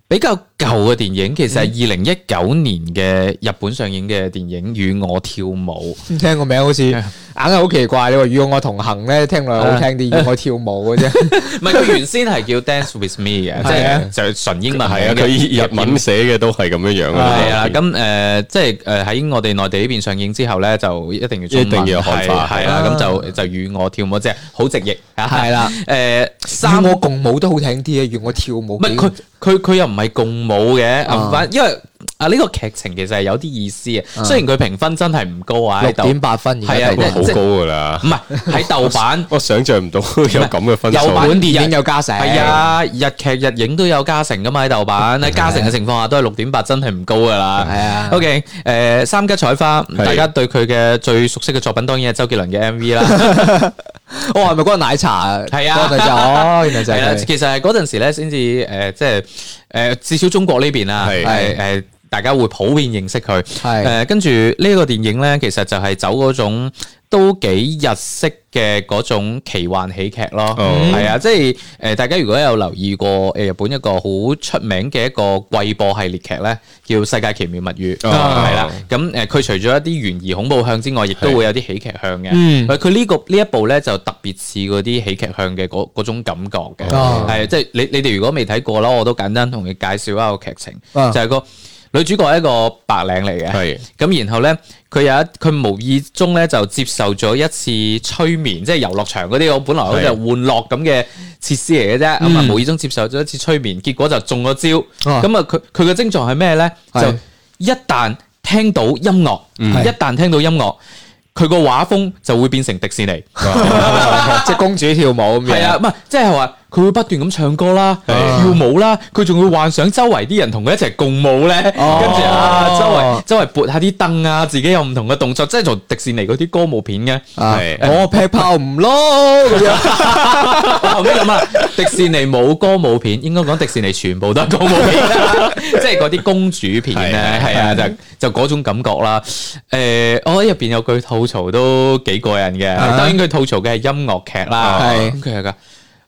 C: 比較舊嘅電影，其實係二零一九年嘅日本上映嘅電影《與我跳舞》。
D: 聽個名好似硬係好奇怪。你話與我同行咧，聽落好聽啲，與我跳舞嘅啫。
C: 唔係佢原先係叫 Dance with Me 嘅，即
D: 係啊
C: 係就純英文
E: 係啊，
C: 名嘅
E: 佢日文寫嘅都係咁樣樣啊。
C: 係啊，咁誒，即係誒喺我哋內地呢邊上映之後咧，就一定要中文
E: 一定要漢化
C: 係係啦，咁就就與我跳舞即係好直譯啊，
D: 係啦
C: 誒三
D: 與我共舞都好聽啲啊，與我跳舞
C: 唔係
D: 幾。
C: 佢佢佢又唔係共舞嘅，
D: 啊
C: 反因為啊呢個劇情其實係有啲意思嘅，
D: 啊
C: 雖然佢評分真係唔高啊，
D: 六
C: 喺豆
D: 點八分而
C: 係啊
D: 家豆
E: 哇
D: 瓣
E: 好高噶啦
C: 唔，係喺豆 瓣
E: 我想象唔到有咁嘅分數。
C: 有版
D: 日本電影有加成。
C: 係啊，日劇日影都有加成噶嘛喺豆瓣，喺加成嘅情況下都係六點八，真係唔高噶啦。
D: 係啊
C: O K，誒三吉彩花，
E: 係
C: 大家對佢嘅最熟悉嘅作品當然係周杰倫嘅 M V 啦。
D: 哦，係咪嗰個奶茶啊？
C: 係啊
D: 嗰個就哦，原來就
C: 係啦，
D: 係佢。
C: 其實係嗰陣時咧，先至誒，即係誒，至少中國呢邊啊，
E: 係
C: 係誒，大家會普遍認識佢。
D: 係
C: 誒，跟住呢個電影咧，其實就係走嗰種都幾日式嘅嗰種奇幻喜劇咯。
E: 嗯
C: 係啊，即係誒，大家如果有留意過誒日本一個好出名嘅一個季播系列劇咧，叫《世界奇妙物語》
E: 哦
C: 係啦。咁誒，佢除咗一啲懸疑恐怖向之外，亦都
E: 係
C: 會有啲喜劇向嘅。
D: 嗯
C: 佢呢個呢一部咧就特別似嗰啲喜劇向嘅嗰嗰種感覺嘅，
D: 哦
C: 係即係你你哋如果未睇過啦，我都簡單同你介紹一下個劇情，
D: 啊
C: 就係個女主角係一個白領嚟嘅，
E: 係
C: 咁然後咧佢有一佢無意中咧就接受咗一次催眠，即係遊樂場嗰啲我本來好似係
E: 係
C: 玩樂咁嘅設施嚟嘅啫，咁啊
D: 嗯
C: 無意中接受咗一次催眠，結果就中咗招，
D: 哦
C: 咁啊佢佢嘅症狀係咩咧？就
D: 係
C: 一旦聽到音樂，
D: 嗯
C: 一旦聽到音樂。佢個畫風就會變成迪士尼，
D: 哦即係公主跳舞咁樣。啊
C: 係啊，唔係即係話佢會不斷咁唱歌啦、跳舞啦，佢仲會幻想周圍啲人同佢一齊共舞咧，跟住
D: 哦
C: 啊周圍周圍撥下啲凳啊，自己有唔同嘅動作，即係做迪士尼嗰啲歌舞片嘅。
D: 啊
E: 係
D: 我劈炮唔撈咁樣。
C: 我 後尾諗啊，迪士尼冇歌舞片，應該講迪士尼全部都係歌舞片 啦，即係嗰啲公主片咧，係啊，就就嗰種感覺啦。誒，我喺入邊有句吐槽都幾過癮嘅，
D: 啊
C: 當然佢吐槽嘅係音樂劇啦，
D: 係
C: 咁佢係噶，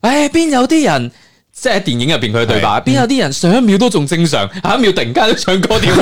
C: 誒邊有啲人。即係喺電影入邊佢嘅對白，邊有啲人上一秒都仲正常，下一秒突然間都唱歌跳舞。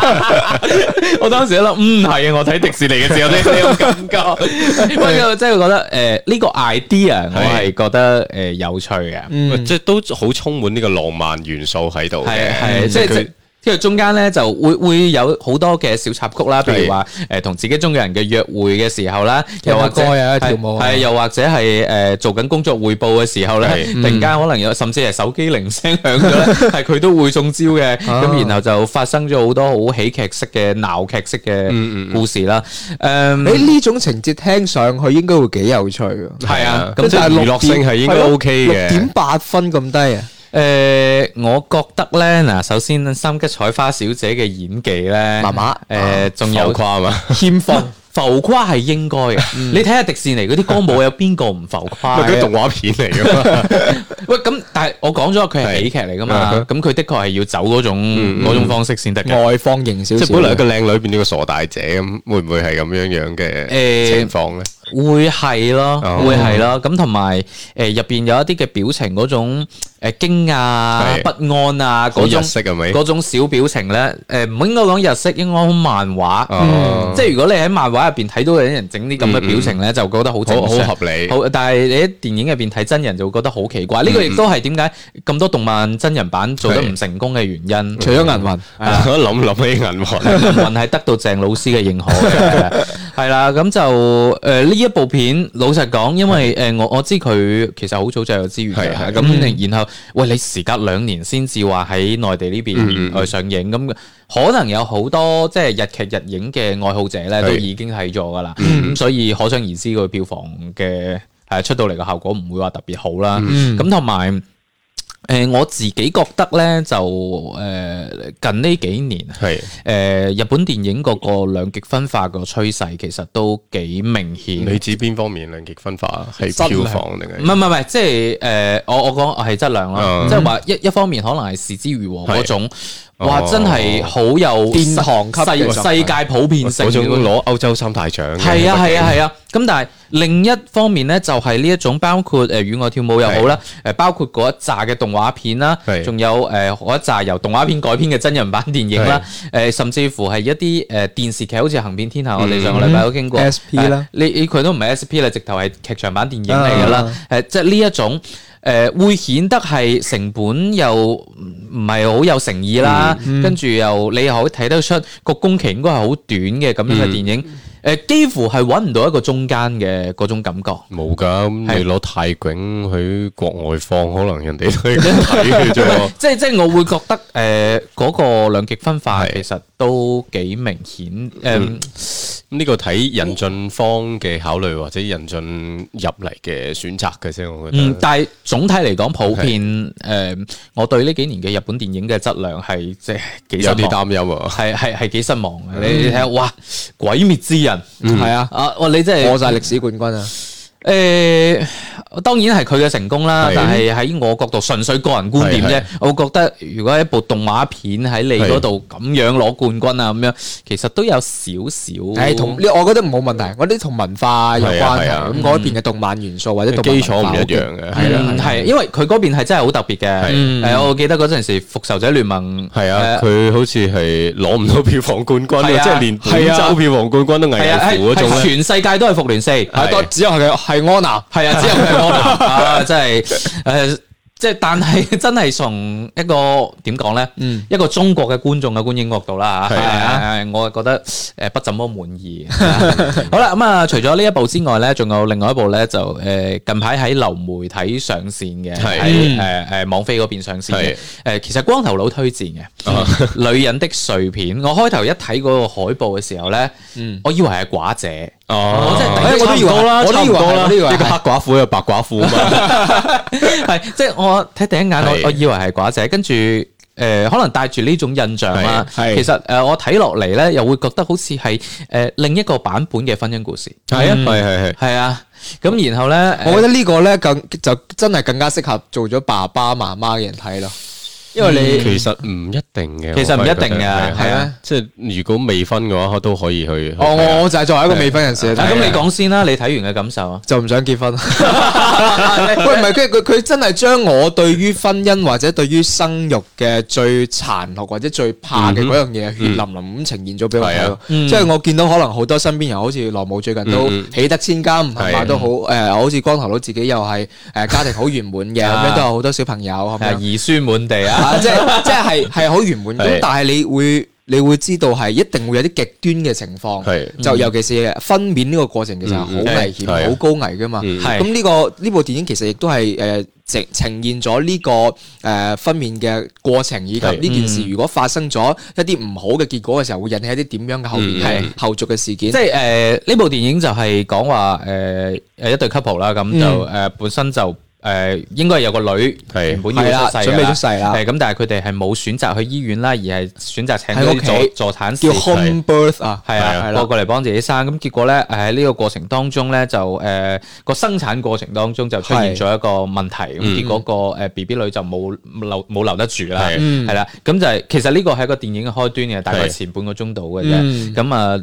C: 我當時一諗，嗯係啊，我睇迪士尼嘅時候呢呢 種感覺。不過真係覺得誒呢個 idea 我係覺得誒有趣嘅，
E: 嗯
D: 嗯
E: 即係都好充滿呢個浪漫元素喺度
C: 嗯係
E: 嘅，嗯
C: 係即係
E: 佢
C: 跟住中間咧就會會有好多嘅小插曲啦，譬如話誒同自己中嘅人嘅約會嘅時候啦，又或者
D: 唱下歌啊
C: 係
D: 跳舞啊
C: 係又或者係誒做緊工作匯報嘅時候咧，
E: 係嗯
C: 突然間可能有甚至係手機鈴聲響咗 咧，係佢都會中招嘅。
D: 啊
C: 咁然後就發生咗好多好喜劇式嘅鬧劇式
E: 嗯
C: 嘅故事啦。
D: 你
C: 誒
D: 呢種情節聽上去應該會幾有趣㗎。
C: 係啊，
E: 咁
C: 咁即
E: 即係
C: 係
E: 娛樂性係應該 OK 嘅
D: 六點八分咁低啊！
C: 誒，呃我覺得咧嗱，首先三吉彩花小姐嘅演技咧，
D: 麻麻
C: 誒，仲
E: 浮
C: 有
E: 誇啊嘛，
C: 欠奉。 浮誇係應該嘅，你睇下迪士尼嗰啲歌舞有邊個唔浮誇
E: 咪嗰啲
C: 嘅
E: 動？畫片嚟噶嘛，
C: 喂，咁但係我講咗佢係喜嗯劇嚟噶嘛，
E: 係
C: 咁佢的確係要走嗰種嗰種方式先得嘅。
D: 外放型 少
E: 即
D: 少，
E: 係本來一個靚女變咗個傻大姐咁，會唔會係咁樣樣嘅
C: 誒
E: 情況咧？
C: 會係咯，
E: 哦
C: 會係咯。咁同埋誒入邊有一啲嘅表情嗰種誒驚訝啊、
E: 係
C: 不安啊
E: 好
C: 嗰種
E: 日式係咪
C: 嗰種小表情咧，誒唔應該講日式，應該講漫畫。
E: 哦
C: 即係如果你喺漫畫入邊睇到有啲人整啲咁嘅表情咧，就覺得好正
E: 好
C: 常
E: 好合理
C: 好，但係你喺電影入邊睇真人就會覺得好奇怪。呢個亦都係點解咁多動漫真人版做得唔成功嘅原因。
D: 除咗銀魂，
C: 啊
E: 我諗諗起銀魂，
C: 林雲係得到鄭老師嘅認可嘅，係啦，咁就誒呢一部片，老實講，因為誒我我知佢其實好早就有資源
E: 係
C: 嘅，咁然後喂你時隔兩年先至話喺內地呢邊誒上映，咁可能有好多即係日劇日影嘅愛好者咧都
E: 係
C: 已經睇咗噶啦，咁所以可想而知佢票房嘅係出到嚟嘅效果唔會話特別好啦，咁同埋。誒、我自己覺得咧，就誒、近呢幾年啊
E: 係
C: 誒、日本電影嗰個兩極分化個趨勢其實都幾明
E: 你
C: 顯。
E: 指邊方面兩極分化？係
D: 質
E: 票
D: 量
E: 房定係
C: 唔嗯係唔係唔係，即係誒、我我講係質量咯，
E: 嗯
C: 即係話一一方面可能係視之如和嗰種，
E: 係
C: 哇
E: 哦
C: 真係好有
D: 殿堂級嘅
C: 世
D: 作品
C: 世界普遍性
E: 嗰種
C: 嘅
E: 攞歐洲三大獎嘅？
C: 係啊係啊係啊，咁但係另一方面咧，就係呢一種包括誒與我跳舞又好啦，誒包括嗰一紮嘅動畫片啦，
E: 係
C: 仲有誒嗰一紮由動畫片改編嘅真人版電影啦，誒甚至乎係一啲誒電視劇，好似《行遍天下》，我哋上個禮拜都經過
D: SP 啦，
C: 誒你佢都唔係 SP 啦，直頭係劇場版電影嚟㗎啦
D: 啊，
C: 誒呃即係呢一種。誒會顯得係成本又唔係好有誠意啦，跟住又你又可以睇得出個工期應該係好短嘅咁樣嘅電影，誒、呃幾乎係揾唔到一個中間嘅嗰種感覺。
E: 冇噶，咁
C: 係
E: 你攞泰囧去國外放，可能人哋都係咁睇嘅 啫喎。
C: 即係即係，我會覺得誒嗰、個兩極分化
E: 係
C: 其實都幾明顯呃誒。
E: 呢個睇引進方嘅考慮或者引進入嚟嘅選擇嘅啫，我覺
C: 嗯，
E: 得。
C: 但係總體嚟講，普遍誒、我對呢幾年嘅日本電影嘅質量係即係幾失
E: 有
C: 望
E: 啲擔憂啊，
C: 係係係幾失望嘅。你你睇下，哇！鬼滅之刃
D: 係啊，
C: 啊，哇！你真係
D: 破晒歷史冠軍啊！
C: 誒、當然係佢嘅成功啦，
E: 係
C: 但係喺我角度純粹個人觀點
E: 係
C: 啫
E: 係，
C: 我覺得如果一部動畫片喺你嗰度咁樣攞冠軍啊，咁樣其實都有少少。
D: 誒，同呢，我覺得冇問題，我啲同文化有
E: 係啊
D: 關係
E: 係啊嗯
D: 咁嗰邊嘅動漫元素或者動漫
E: 基礎唔一
D: 文化
E: 樣嘅，啊
C: 係啦，係，嗯因為佢嗰邊係真係好特別嘅。
E: 係
C: 誒，我記得嗰陣時《復仇者聯盟》
E: 係啊，
C: 嗯誒
E: 佢好似係攞唔到票房冠軍
C: 係啊
E: 啊，即係連本
C: 係啊
E: 周票房冠軍都危
C: 係啊，
E: 乎嗰
C: 係
E: 種
C: 係
E: 咧。
C: 全世界都係復聯四，
D: 係多只有係哦係安娜，
C: 係 啊，只有佢係柯南啊，真係誒，即係但係真係從一個點講咧，
D: 嗯
C: 一個中國嘅觀眾嘅觀影角度啦嚇，啊
D: 啊
E: 係
C: 係係我係覺得誒不怎麼滿 意。啊好啦，咁啊，除咗呢一部之外咧，仲有另外一部咧就誒近排喺流媒體上線嘅，
E: 係
D: 嗯
C: 喺誒誒網飛嗰邊上線嘅
E: 係。
C: 誒其實光頭佬推薦嘅
D: 哦
C: 《女人的碎片》，我開頭一睇嗰個海報嘅時候咧，我以為係寡姐。
E: 哦
C: 我真啊係
D: 哎嗯我都以為
C: 差唔多啦
D: 我都以為
C: 差唔多
D: 係
C: 啦
D: 我都以為
E: 一個
D: 係
E: 黑寡婦，一個白寡婦啊嘛，
C: 係，即係我睇第一眼，我
E: 係
C: 我以為係寡姐，跟住誒、呃可能帶住呢種印象啦。
D: 係係
C: 其實誒、呃我睇落嚟咧，又會覺得好似係誒另一個版本嘅婚姻故事。
E: 係啊，係係係。
C: 係啊，咁然後咧，
D: 我
C: 呃
D: 覺得呢個咧更就真係更加適合做咗爸爸媽媽嘅人睇咯，因為你
E: 嗯其實唔一定嘅，
C: 其實唔一定嘅
E: 我覺得
C: 係啊，
E: 即係如果未婚嘅話，都可以去。
D: 哦，我我就係作為一個未婚人士嚟
C: 啊咁
D: 睇，
C: 你講先啦，你睇完嘅感受啊？
D: 就唔想結婚。 喂，唔係，佢佢佢真係將我對於婚姻或者對於生育嘅最殘酷或者最怕嘅嗰樣嘢，血淋淋咁呈現咗俾我睇
E: 嗯係
D: 咯
E: 啊。
C: 嗯
D: 即係我見到可能好多身邊人，好似羅姆最近都
E: 嗯嗯
D: 喜得千金，係嘛
E: 係
D: 都好誒，好似光頭佬自己又係誒家庭好圓滿嘅，咁
C: 啊
D: 樣都有好多小朋友，係
C: 係啊
D: 咪？
C: 兒孫滿地啊！
D: 啊，即係即係係係好圓滿咁
E: 係，
D: 但係你會你會知道係一定會有啲極端嘅情況，
E: 係
D: 就尤其是分娩呢個過程其實係好
E: 嗯嗯
D: 危險、
E: 係係
D: 好高危噶嘛。
E: 嗯
C: 係
D: 咁呢個呢部電影其實亦都係誒呈呈現咗呢個誒分娩嘅過程，以及
E: 係
D: 呢件事如果發生咗一啲唔好嘅結果嘅時候，會引起一啲點樣嘅後面
E: 嗯
D: 嘅
E: 係
D: 後續嘅事件
C: 即。係诶呢部電影就係講話诶诶一對 couple 啦，咁就
D: 嗯
C: 诶本身就诶应该有個女
E: 係
C: 原本
D: 係
C: 要
D: 啦
C: 出世
D: 準備出世啦
C: 诶咁但係佢哋係冇選擇去醫院啦，而係選擇請
D: 喺
C: 嗰
D: 屋企
C: 啲助助產士
D: 叫 home birth 啊，
C: 係啊，
D: 係
C: 過
D: 啦，
C: 過嚟幫自己生，咁結果咧，喺呢個過程當中咧，就誒個生產過程當中就出現咗一個問題，咁
E: 嗯
C: 結果個誒 B B 女就冇留冇留得住啦，
E: 係
D: 嗯
C: 係啦，咁就係其實呢個係一個電影嘅開端嘅，大概
E: 係
C: 前半個鐘度嘅
D: 嗯
C: 啫，咁啊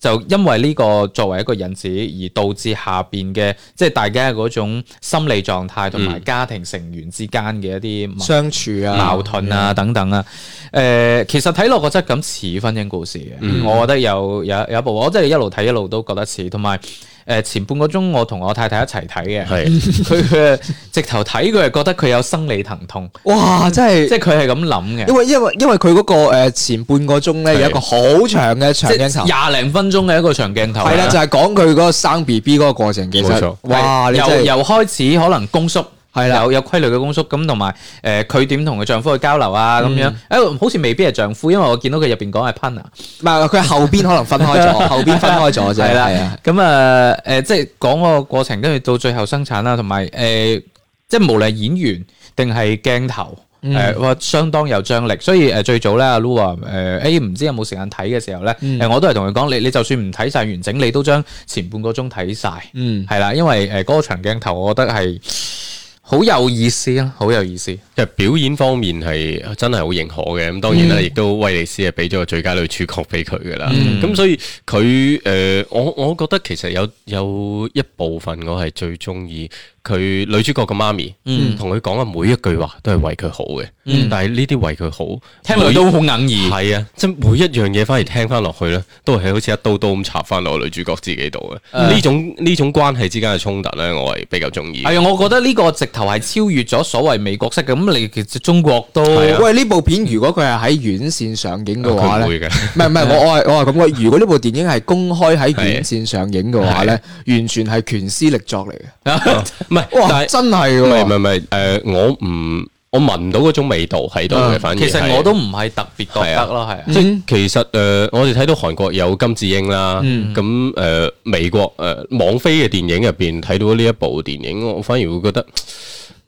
C: 就因為呢個作為一個引子，而導致下邊嘅即係大家嗰種心理狀態同埋
E: 嗯
C: 家庭成員之間嘅一啲矛
D: 相處啊，
C: 矛盾啊等等啊，誒、其實睇落個質感似婚姻故事嘅，
D: 嗯
C: 我覺得有有有一部，我真係一路睇一路都覺得似，同埋誒前半個鐘我同我太太一齊睇嘅，
E: 係
C: 佢佢直頭睇佢係覺得佢有生理疼痛，
D: 哇，真係
C: 即。係佢係咁諗
D: 因
C: 嘅，
D: 為因為因為佢嗰個誒前半個鐘咧
E: 係
D: 有一個好長嘅長鏡
C: 即係
D: 頭，
C: 廿零分鐘嘅一個長鏡頭，
D: 係啦，就係講佢嗰個生 B B 嗰個過程。其
E: 啊冇
D: 實
E: 錯
D: 哇，你真
C: 由
D: 係
C: 由開始可能供縮。
D: 係啦
C: 有有規律嘅供縮咁，同埋誒佢點同佢丈夫去交流啊咁
D: 嗯
C: 樣，誒、好似未必係丈夫，因為我見到佢入邊講係 partner，
D: 唔係佢後邊可能分開 咗，後邊分開咗啫。
C: 係啦
D: 係啊，
C: 咁啊，誒、即係講個過程，跟住到最後生產啦，同埋誒，即係無論係演員定係鏡頭。
D: 嗯
C: 誒、哇相當有張力，所以誒、最早咧，阿 Lu 話誒，誒唔知有冇時間睇嘅時候咧，誒、
D: 嗯
C: 我都係同佢講，你你就算唔睇晒完整，你都將前半個鐘睇晒，
D: 嗯
C: 係啦，因呃為誒嗰、個長鏡頭，我覺得係好有意思啊，好有意思，
E: 即係表演方面係真係好認可嘅，咁當
C: 嗯
E: 然啦，亦都威尼斯係俾咗個最佳女主角俾佢噶啦。咁所以佢誒、呃我我覺得其實有有一部分我係最中意佢女主角嘅媽咪，
C: 嗯
E: 同佢講嘅每一句話都係為佢好嘅。但係呢啲為佢好，
C: 聽落
E: 每
C: 都好哽耳，
E: 係啊，即係每一樣嘢翻嚟聽翻落去咧，都係好似一刀刀咁插翻落女主角自己度嘅。
C: 嗯
E: 呢、種呢種關係之間嘅衝突咧，我係比較中意。
C: 係啊，我覺得呢個直頭係超越咗所謂美國式嘅，咁你其實中國都
E: 係啊
D: 喂，呢部片如果佢係喺院線上映嘅話
E: 佢
D: 咧
E: 唔會。 嘅，
D: 唔 係唔係，我我係我係咁講。如果呢部電影係公開喺院線上映嘅話咧，完全係權私力作嚟嘅。
E: 唔係，但
D: 哇，
E: 係。
D: 真係
E: 唔係唔
D: 喎！
E: 係唔係，誒，我唔我聞唔到嗰種味道喺度嘅，反而
C: 啊嗯其
E: 係
C: 實我都唔係特別覺得咯，係啊。
E: 即係其實誒、呃我哋睇到韓國有金智英啦，
C: 嗯
E: 咁誒、呃美國誒、呃、網飛嘅電影入邊睇到呢一部電影，我反而會覺得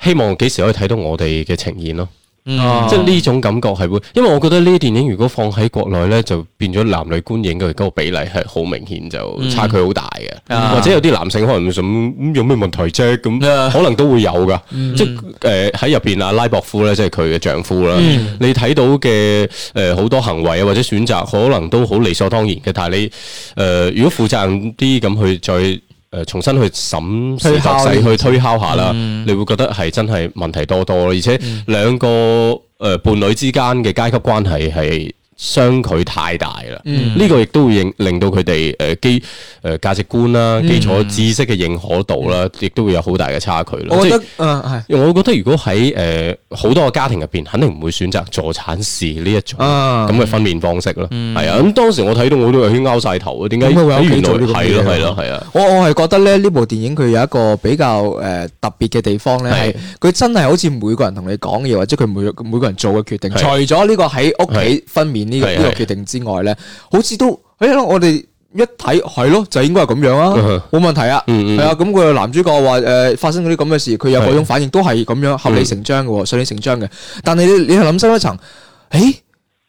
E: 希望幾時可以睇到我哋嘅呈現咯。
C: 嗯哦
E: 即係呢種感覺係會，因為我覺得呢啲電影如果放喺國內呢，就變咗男女觀影嘅嗰個比例係好明顯，就差距好大嘅。
C: 啊
E: 或者有啲男性可能會想咁有咩問題啫，咁、
C: 啊
E: 可能都會有㗎。即係誒喺入邊啊阿拉博夫呢，即係佢嘅丈夫啦，你睇到嘅誒好多行為啊或者選擇，可能都好理所當然嘅。但係你誒、呃如果負責任啲咁去再。誒重新去審視
D: 推
E: 作
D: 敲
E: 勢
D: 呢
E: 去推敲下啦，
D: 嗯
E: 你會覺得係真係問題多多咯，而且兩個誒、呃伴侶之間嘅階級關係係相距太大啦。呢、
D: 嗯
E: 個亦都會令令到佢哋誒基誒價值觀
D: 嗯
E: 啦、基礎知識嘅認可度啦，亦都會有好大嘅差距啦。
D: 我覺
E: 即係
D: 得嗯係
E: 我覺得如果喺誒好多個家庭入邊，肯定唔會選擇助產士呢一種
D: 啊
E: 咁嘅分娩方式咯。係啊，咁當時我睇到我都有啲拗晒頭啊，點解
D: 點解會喺屋企
E: 原來
D: 做呢個
E: 係
D: 嘢
E: 咯
D: 啊
E: 係咯係啊？
D: 我我係覺得咧，呢部電影佢有一個比較誒、呃特別嘅地方咧，
E: 係
D: 係佢真係好似每個人同你講嘢，或者佢每每個人做嘅決定，
E: 係
D: 除咗呢個喺屋
E: 係
D: 企分娩呢、個
E: 係
D: 呢個
E: 係
D: 決定之外咧，好似都誒、我哋。一睇係咯，就應該係咁樣
E: 嗯哼
D: 啊，冇問題啊，
E: 嗯嗯
D: 係啊，咁佢男主角話誒發生嗰啲咁嘅事，佢有嗰種
E: 係
D: 反應都係咁樣合
E: 嗯
D: 理成章嘅喎，順理成章嘅。但係你你係諗深一層，誒，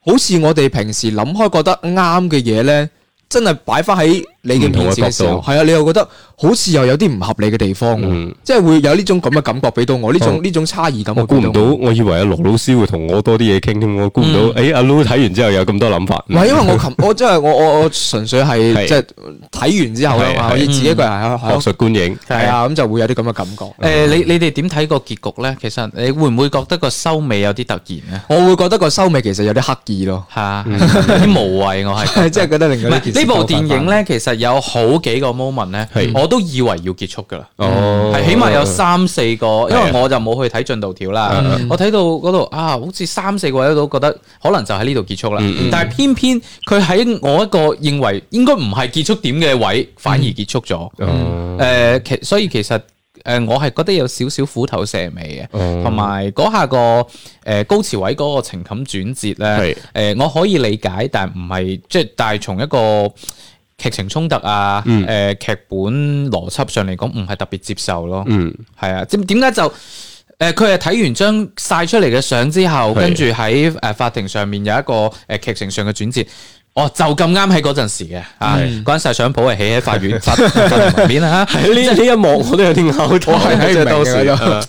D: 好似我哋平時諗開覺得啱嘅嘢咧，真係擺翻喺你嘅面前嘅時
E: 唔同嘅角
D: 候，
E: 度
D: 係啊，你又覺得好似又有啲唔合理嘅地方喎，
E: 嗯
D: 即係會有呢種咁嘅感覺俾到我，呢
E: 哦
D: 種呢種差異感
E: 我
D: 會
E: 估
D: 俾
E: 唔
D: 我。嗯
E: 到，我以為阿羅老師會同我多啲嘢傾添，我估唔到，誒阿 Loo 睇完之後有咁多諗法。
D: 唔係因為我琴我真係我我我純粹係
E: 係
D: 即係睇完之後啦
E: 係
D: 嘛，
E: 係
D: 我自己一個人喺
E: 學
D: 喺
E: 術觀影，
D: 係啊，咁就會有啲咁嘅感覺。
C: 誒、呃你你哋點睇個結局咧？其實你會唔會覺得個收尾有啲突然咧？
D: 我會覺得個收尾其實有啲刻意咯，
E: 嗯
C: 嚇、有啲無謂我係。
D: 即係覺得 令
C: 唔
D: 到呢
C: 係
D: 件事
C: 呢部
D: 夠
C: 電
D: 快
C: 影咧，其實實有好幾個 moment 咧，我都以為要結束噶啦，
E: 哦
C: 係起碼有三四個，因
E: 係啊嗯
C: 為我就冇去睇進度條啦，我睇到嗰度啊，好似三四個位都覺得可能就喺呢度結束啦
E: 嗯嗯，
C: 但係偏偏佢喺我一個認為應該唔係結束點嘅位，反而結束咗。
E: 哦
D: 嗯
C: 誒，呃其所以其實誒，我係覺得有少少虎頭蛇尾嘅，
E: 哦
C: 同埋嗰下個誒高潮位嗰個情感轉折咧
E: 係，
C: 誒我可以理解，但唔係即係，但係從一個劇情衝突啊，
E: 嗯
C: 誒劇本邏輯上嚟講，唔係特別接受咯。
E: 嗯，
C: 係啊，點點解就誒佢係睇完張晒出嚟嘅相之後，
E: 係
C: 跟住喺誒法庭上面有一個誒劇情上嘅轉折。哦，就咁啱喺嗰陣時嘅，啊，嗰陣晒相簿係起喺法院法法庭文面啊，
E: 喺呢呢一幕我都有啲拗頭，
D: 係睇唔
E: 即係當
D: 明嘅嗰
E: 時。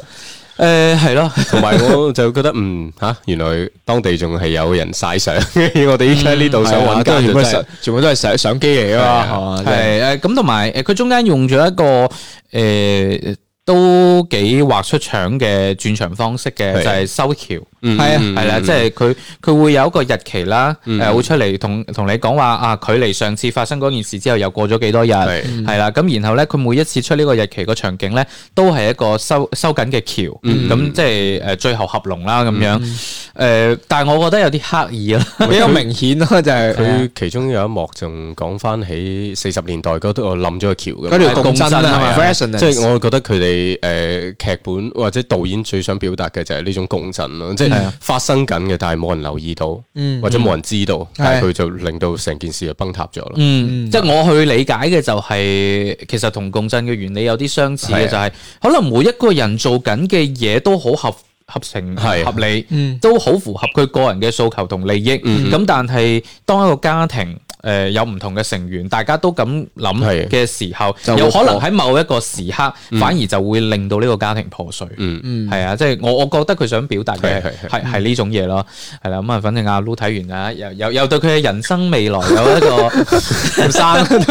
C: 誒呃係咯，
E: 同埋我就覺得嗯吓，原來當地仲係有人晒相， 我哋依家喺呢度想
D: 係啊
E: 揾
D: 都係
E: 間
D: 全
E: 就
D: 部都係相全部
E: 真係
D: 都係相相機嚟啊嘛，係嘛真係
C: 係誒咁同埋誒佢中間用咗一個誒都幾畫出腸嘅轉場方式嘅，
E: 係
C: 就係修橋。
E: 嗯
C: 係啊，
E: 嗯
C: 係啦，
E: 嗯
C: 即係佢佢會有一個日期啦，
E: 嗯
C: 誒會出嚟同同你講話啊，距離上次發生嗰件事之後又過咗幾多日，
E: 係
C: 係啦，咁然後咧佢每一次出呢個日期個場景咧，都係一個收收緊嘅橋，
E: 嗯
C: 咁即係誒最後合龍啦咁樣，誒但係我覺得有啲刻意啊啦，
D: 比較明顯咯，就係啊
E: 佢其中有一幕仲講翻起四十年代嗰度，我冧咗個橋嘅。
D: 嗰條共振
C: 係
D: 啊
C: 啊
D: ，resonance，
E: 即係我覺得佢哋誒劇本或者導演最想表達嘅就係呢種共振咯，即
C: 係
E: 係
C: 啊
E: 發生緊嘅，但係冇人留意到，
D: 嗯
E: 或者冇人知道，但係佢就令到成件事就崩塌咗咯。
D: 啊
C: 嗯，即係我去理解嘅就係其實同共振嘅原理有啲相似嘅，就
E: 係啊
C: 係可能每一個人做緊嘅嘢都好合。合情
E: 係啊
C: 合理，
D: 嗯
C: 都好符合佢個人嘅訴求同利益。
E: 嗯
C: 咁但係當一個家庭誒、呃有唔同嘅成員，大家都咁諗
E: 係
C: 嘅時候
D: 就，會
C: 有可能喺某一個時刻，反而就會令到呢個家庭破碎。
E: 嗯，
D: 嗯
C: 係啊，即係我我覺得佢想表達嘅
E: 係係係
C: 係係呢種嘢咯，係啦咁啊，反正阿 Lu 睇完啦，又又又對佢嘅人生未來有一 個後生。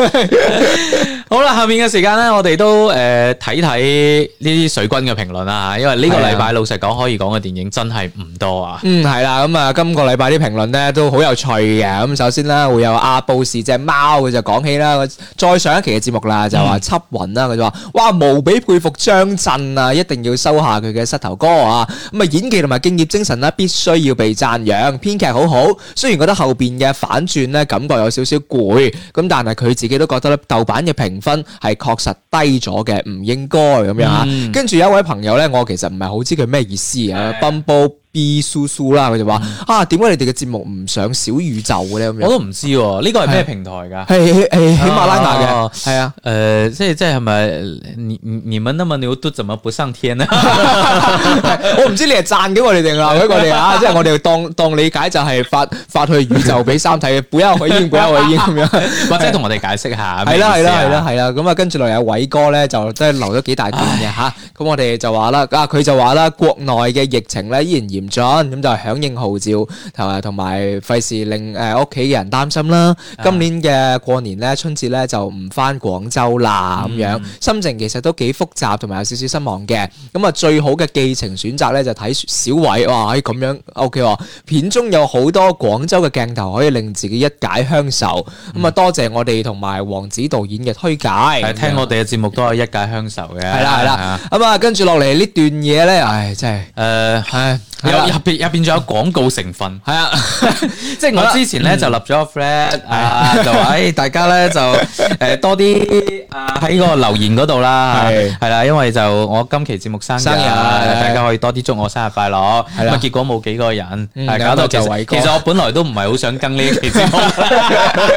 C: 好啦，下面嘅時間咧，我哋都誒睇睇呢啲水軍嘅評論啦嚇，因為呢個禮
D: 係啊
C: 拜老實講可以講嘅電影真係唔多啊。
D: 嗯，係啦，咁啊，今個禮拜啲評論咧都好有趣嘅。咁首先啦，會有阿布士只貓，佢就講起啦，佢再上一期嘅節目啦，就話緝雲啦，佢就話：哇，無比佩服張震啊，一定要收下佢嘅膝頭哥啊！咁啊，演技同埋敬業精神啦，必須要被讚揚。編劇好好，雖然覺得後邊嘅反轉咧，感覺有少少攰，咁但係佢自己都覺得咧，豆瓣嘅評分係確實低咗嘅，唔應該咁樣啊。
C: 嗯
D: 跟住有一位朋友咧，我其實唔係好知佢咩意思啊，Bumble B 蘇蘇啦，佢就話啊，點解你哋嘅節目唔上小宇宙嘅咧？咁
C: 嗯我
D: 樣
C: 都唔知喎，呢個係咩平台㗎？
D: 嗯係係係喜馬拉雅
C: 哦
D: 嘅，係啊，
C: 誒，即係即係係咪你你你們那麼牛都怎麼不上天 呢？
D: 我唔知你係讚緊我哋定 鬧緊我哋啊，即係我哋當當理解就係發發去宇宙俾三睇， 不要回應，不要回應咁 樣。
C: 或者同我哋解釋下咩
D: 係
C: 意思啊？
D: 啦係啦係啦係啦，咁啊跟住落嚟阿偉哥咧就真係留咗幾大段嘅吓，咁我哋就話啦，啊佢就話啦，國內嘅疫情咧依然嚴峻，咁就響應號召同埋同埋費事令誒屋企嘅人擔心啦。
C: 啊
D: 今年嘅過年咧春節咧就唔翻廣州啦啊咁
C: 嗯
D: 樣，心情其實都幾複雜同埋有少少失望嘅。咁啊最好嘅寄情選擇咧就睇小偉，哇喺咁樣 OK 喎，片中有好多廣州嘅鏡頭可以令自己一解鄉愁。咁啊，多謝我哋同埋王子導演嘅推介。
C: 嗯係聽我哋嘅節目都有一解鄉愁嘅。
D: 係啦係啦，咁啊，跟住落嚟呢段嘢咧，唉，真係，
C: 誒係
D: 係啦
C: 有入邊入邊仲有廣告成分，
D: 係 啊，
C: 即係我之前咧就立咗個 flag 啊，就話誒大家咧就誒多啲啊喺個留言嗰度啦，
D: 係
C: 係啦，因為就我今期節目生日，
D: 生日
C: 大家可以多啲祝我生日快樂。
D: 係
C: 咁
D: 啦
C: 啊結果冇幾個人，
D: 嗯
C: 係搞到其
D: 有個就偉
C: 實
D: 哥
C: 其實我本來都唔係好想更呢一期節目，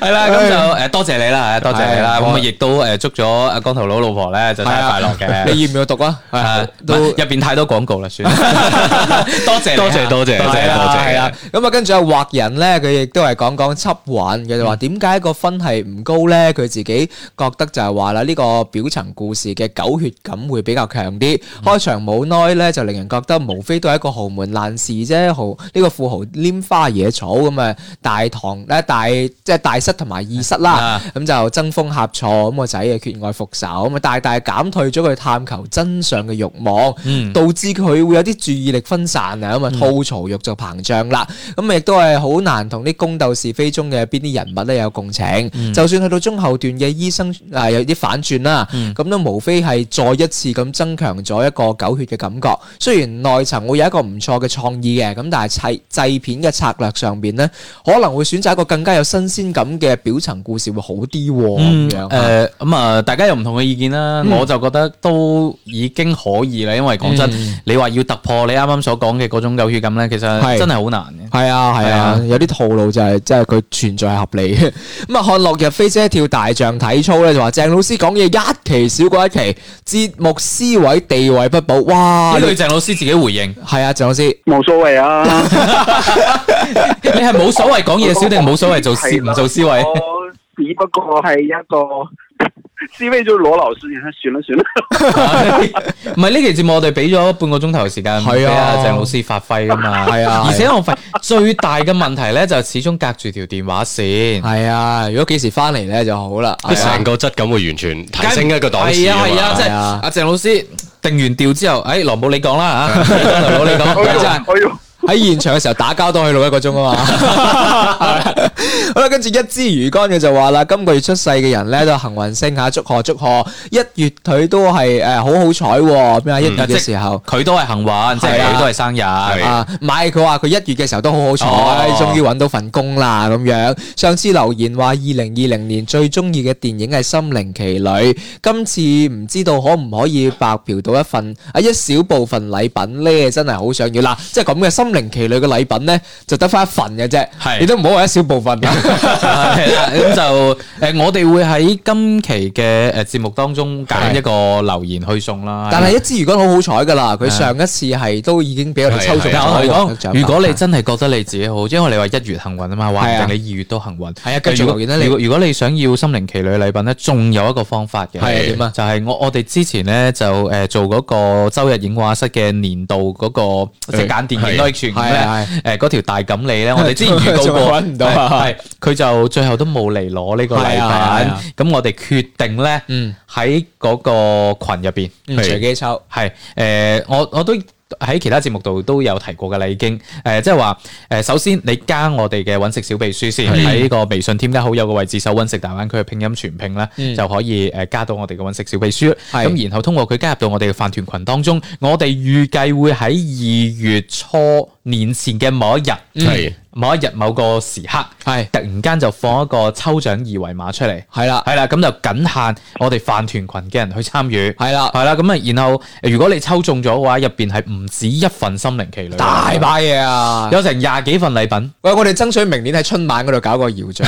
C: 係啦，咁就誒多謝你啦，係多謝你啦，
D: 係
C: 咁啊
D: 我
C: 亦都誒祝咗阿光頭佬老婆咧就生日快樂嘅。
D: 你要唔要讀啊？
C: 啊，
D: 都
C: 入边太多廣告啦，算啦。多謝你啊，
E: 多謝多謝多謝
C: 係啊
E: 多謝
C: 係
D: 係
C: 啊
D: 啊，咁啊，跟住阿畫人咧，佢亦都係講講緝雲，佢就話點解個分係唔高咧？佢自己覺得就係話啦，呢個表層故事嘅狗血感會比較強啲。
C: 嗯
D: 開場冇耐咧，就令人覺得無非都係一個豪門爛事啫，豪呢個富豪拈花惹草咁啊，大堂咧大即係大室同埋二室啦
C: 啊，
D: 咁就爭風呷醋，咁個仔啊缺愛復仇，咁啊大大減退咗佢探求真相嘅慾望。
C: 嗯
D: 導致佢會有啲注意力分散啊，咁啊吐槽欲就膨脹啦。咁亦都係好難同啲宮鬥是非中嘅邊啲人物咧有共情。
C: 嗯
D: 就算去到中後段嘅醫生啊有啲反轉啦，
C: 嗯
D: 咁都無非係再一次咁增強咗一個狗血嘅感覺。雖然內層會有一個唔錯嘅創意嘅，咁但係砌製片嘅策略上邊咧，可能會選擇一個更加有新鮮感嘅表層故事會好嗯啲喎咁樣。
C: 嗯誒咁啊，大家有唔同嘅意見啦。我就覺得都已經可以啦，因為講真，你話要突破你啱啱所講嘅嗰種狗血感咧，其實
D: 嗯係
C: 真係好難嘅。
D: 係啊係
C: 係
D: 啊
C: 啊，
D: 有啲套路就係即係佢存在係合理嘅。咁啊，看落日飛姐跳大象體操咧，就話鄭老師講嘢一期少過一期，節目思維地位不保。哇！
C: 呢
D: 啊你
C: 句鄭老師自己回 應，
D: 係啊，鄭老師，
F: 冇所謂啊，
C: 你係冇所謂講嘢少定冇所謂做思
F: 係啦
C: 唔做思維？
D: 哦
F: 我只不過係一個 C 位就是羅老師，你看算啦算啦。
C: 唔係呢期節目我哋俾咗半個鐘頭嘅時間俾
D: 係啊
C: 阿鄭老師發揮噶嘛。
D: 係啊
C: 而且我發最大嘅問題咧就係始終隔住條電話線。
D: 係啊，如果幾時翻嚟咧就好啦。
E: 你
D: 係啊
E: 成個質感會完全提升一個檔次
C: 係啊係啊，即係
D: 係啊
C: 阿鄭老師定完調之後，誒羅姆你講啦嚇，羅姆你
F: 哎呦
C: 講，真係
F: 哎呦
D: 喺現場嘅時候打交都可以錄一個鐘啊嘛。 好啦，跟住一支魚竿嘅就話啦，今個月出世嘅人咧都幸運星嚇，祝賀祝賀！一月佢都係誒好好彩喎，咩啊？一月嘅時候。
C: 佢都係幸運，即係
D: 係啊
C: 佢都係生日。
D: 啊，唔係佢話佢一月嘅時候都好好彩，
C: 哦
D: 終於揾到份工啦咁樣。上次留言話二零二零年最中意嘅電影係《心靈奇旅》，今次唔知道可唔可以白嫖到一份啊一小部分禮品呢？真係好想要嗱，即係咁嘅《心靈奇旅》嘅禮品呢，就得翻一份嘅啫，
C: 係
D: 你都唔好話一小 部分㗎。
C: 係啦，咁就誒，我哋會喺今期嘅誒節目當中揀一個留言去送啦。
D: 但係一支魚竿好好彩㗎啦，佢上一次係都已經俾我哋抽中
E: 係
C: 但
D: 咗
C: 我
D: 一個
C: 同你
D: 獎
C: 講，
D: 品
C: 如果你真係覺得你自己好，因為你話一月幸運啊嘛，話唔定你二月都幸運。
D: 係啊繼續
C: 如果
D: 留言啦你
C: 如果如果你想要心靈奇旅禮品咧，仲有一個方法嘅。
D: 係點啊
C: 就係我我哋之前咧就誒做嗰個周日影畫室嘅年度嗰個即係揀電影咯，全
D: 係係
C: 咧誒嗰條大錦鯉咧，我哋之 前預告過，
D: 仲揾唔到啊
C: 係係佢就最後都冇嚟攞呢個禮
D: 係啊係啊
C: 品。咁我哋決定咧
D: 嗯
C: 喺嗰個群入邊。
D: 嗯隨機抽。
C: 係誒、呃我我都喺其他節目度都有提過㗎啦，已經誒、呃即係話誒，首先你加我哋嘅揾食小秘書先，喺呢個微信添加好友嘅位置搜揾食大灣區嘅拼音全拼咧，
D: 嗯
C: 就可以誒加到我哋嘅揾食小秘書。
D: 係
C: 咁然後通過佢加入到我哋嘅飯團群當中，我哋預計會喺二月初年前嘅某一日，
D: 嗯
E: 係
C: 某一日某個時刻，
D: 係
C: 突然間就放一個抽獎二維碼出嚟。
D: 係啦，
C: 係啦，咁就僅限我哋飯團群嘅人去參與。
D: 係啦
C: 係啦，咁啊，然後呃如果你抽中咗嘅話，入邊係唔止一份心靈奇旅，
D: 大把嘢啊！，
C: 有成廿幾份禮 品
D: 喂，我哋爭取明年喺春晚嗰度搞個搖獎，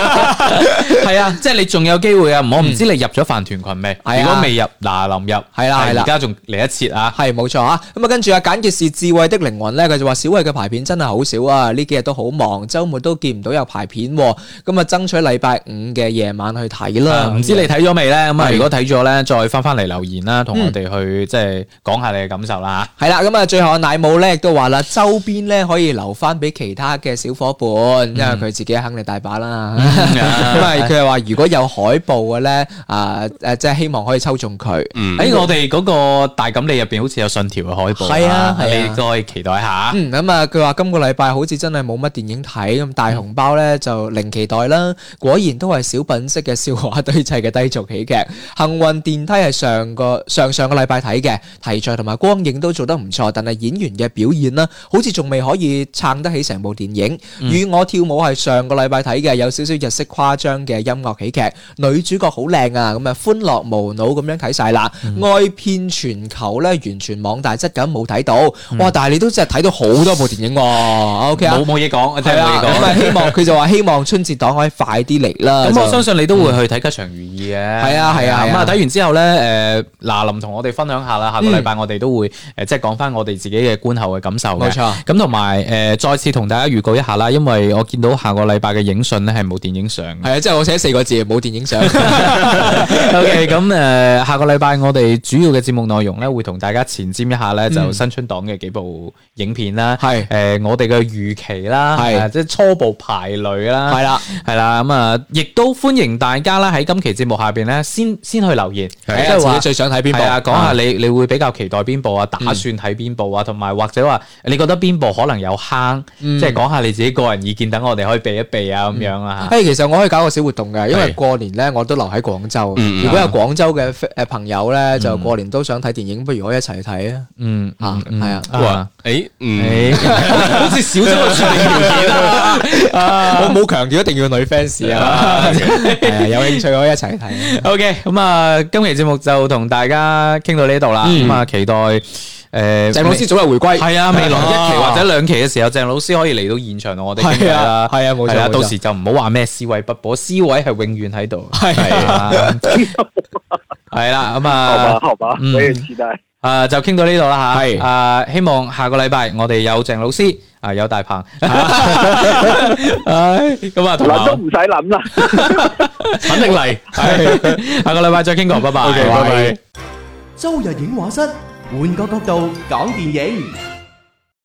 C: 係啊，即係你仲有機會啊！我唔知你入咗飯團群未？
D: 係啊
C: 如果未入，嗱臨入，
D: 係啦係啦
C: 而家仲嚟一切啊！
D: 係冇錯啊！咁啊，跟住啊，簡潔是智慧的靈魂咧，佢就話小慧嘅排片真係好少啊，呢幾日都好忙，週末都見唔到有排片喎，咁啊，爭取禮拜五嘅夜晚去睇
C: 啊
D: 啦。
C: 唔知你睇咗未呢？咁啊，
D: 係
C: 如果睇咗呢，再翻翻嚟留言啦，同
D: 嗯
C: 我哋去即係講下你嘅感受 啦
D: 係啦，咁啊，最後阿奶母咧亦都話啦，周邊咧可以留翻俾其他嘅小伙伴，
C: 嗯
D: 因為佢自己肯定大把啦。咁啊，佢又話如果有海報嘅咧，啊誒，即係希望可以抽中佢。
E: 嗯
C: 喺哎我哋嗰個大錦鯉入邊好似有信條嘅海報，
D: 係啊係啊
C: 你都可以期待下。
D: 嗯，咁啊，佢話今個禮拜好似真係冇乜電影睇，咁大紅包咧就零期待啦。果然都係小品式嘅笑話 堆砌嘅低俗喜劇。幸運電梯係上個上上個禮拜睇嘅，題材同埋光影都做得唔錯，但係演員嘅表現啦，好似仲未可以撐得起成部電影。
C: 嗯
D: 與我跳舞係上個禮拜睇嘅，有少少日式誇張嘅音樂喜劇，女主角好靚啊，咁啊歡樂無腦咁樣睇晒啦，
C: 嗯
D: 愛遍全球咧，完全網大質感冇睇到，哇！但係你都真係睇到好多部電影喎，OK 啊
C: 嗯冇，冇嘢講，真
D: 係
C: 係冇
D: 啦，
C: 嘢
D: 咁啊
C: 講。
D: 希望佢就話希望春節檔可以快啲嚟啦，
C: 咁我
D: 就
C: 相信你都會去睇吉祥如意嘅，係
D: 啊係啊係啊
C: 咁啊睇完之後咧，誒嗱林同我哋分享下啦，下個禮拜我哋都會誒即係講翻我哋自己嘅觀後嘅感受嘅
D: 嗯冇錯
C: 咁同埋誒再次同大家預告一下啦，因為我見到下個禮拜嘅影訊咧係冇電影上嘅。
D: 係啊，即係我寫四個字冇電影 相。
C: OK，咁誒下個禮拜我哋主要嘅節目內
D: 嗯
C: 容咧會同大家前瞻一下咧就新春檔嘅幾部影片啦。
D: 係
C: 誒我哋嘅預預期啦，
D: 係
C: 啊即係初步排類啦，
D: 係啦，
C: 係啦，咁啊，亦都歡迎大家啦喺今期節目下邊咧，先先去留言，即
D: 睇下
C: 係
D: 啊自己
C: 話。
D: 最想睇邊部嗯
C: 係啊，講下你你會比較期待邊部啊？打算睇邊部啊？同埋或者話你覺得邊部可能有坑，
D: 嗯
C: 即係講下你自己個人意見，等我哋可以避一避啊咁樣啦嚇。
D: 诶，哎其實我可以搞個小活動嘅，因為
E: 係
D: 過年咧我都留喺廣州。
E: 嗯
D: 如果有廣州嘅诶朋友咧，就過年都想睇電影，不如可以一齊去睇啊！
C: 嗯，
D: 啊
C: 嗯
D: 係啊
E: 哇，诶，嗯，
C: 誒好似少咗個注定條件 啊！
D: 我冇強調一定要女 fans 啊，係啊有興趣可以一齊睇。
C: OK，咁啊，今期節目就同大家傾到呢度啦。咁啊，期待诶，
D: 嗯鄭老師早日回
E: 哎
D: 歸，
C: 系啊，未來一期
D: 啊
C: 或者兩期嘅時候，鄭老師可以嚟到現場同我哋傾偈啦。
D: 係啊係啊冇錯
C: 係啦
D: 冇錯
C: 到時就唔好話咩思維不保，思維係永遠喺度。係啊， 係啦，咁
F: 好吧，
C: 啊，
F: 好吧，
C: 嗯
F: 我也期待。
C: 啊就傾到呢度啦吓。
D: 係
C: 啊，希望下個禮拜我哋有鄭老師啊，有大鵬。唉，咁啊，同埋
F: 諗都唔使諗啦。
E: 肯定嚟。
C: 係 下個禮拜再傾
D: 啊
C: 過，拜拜，
E: OK，拜拜。
G: 周日影畫室，換個角度講電影。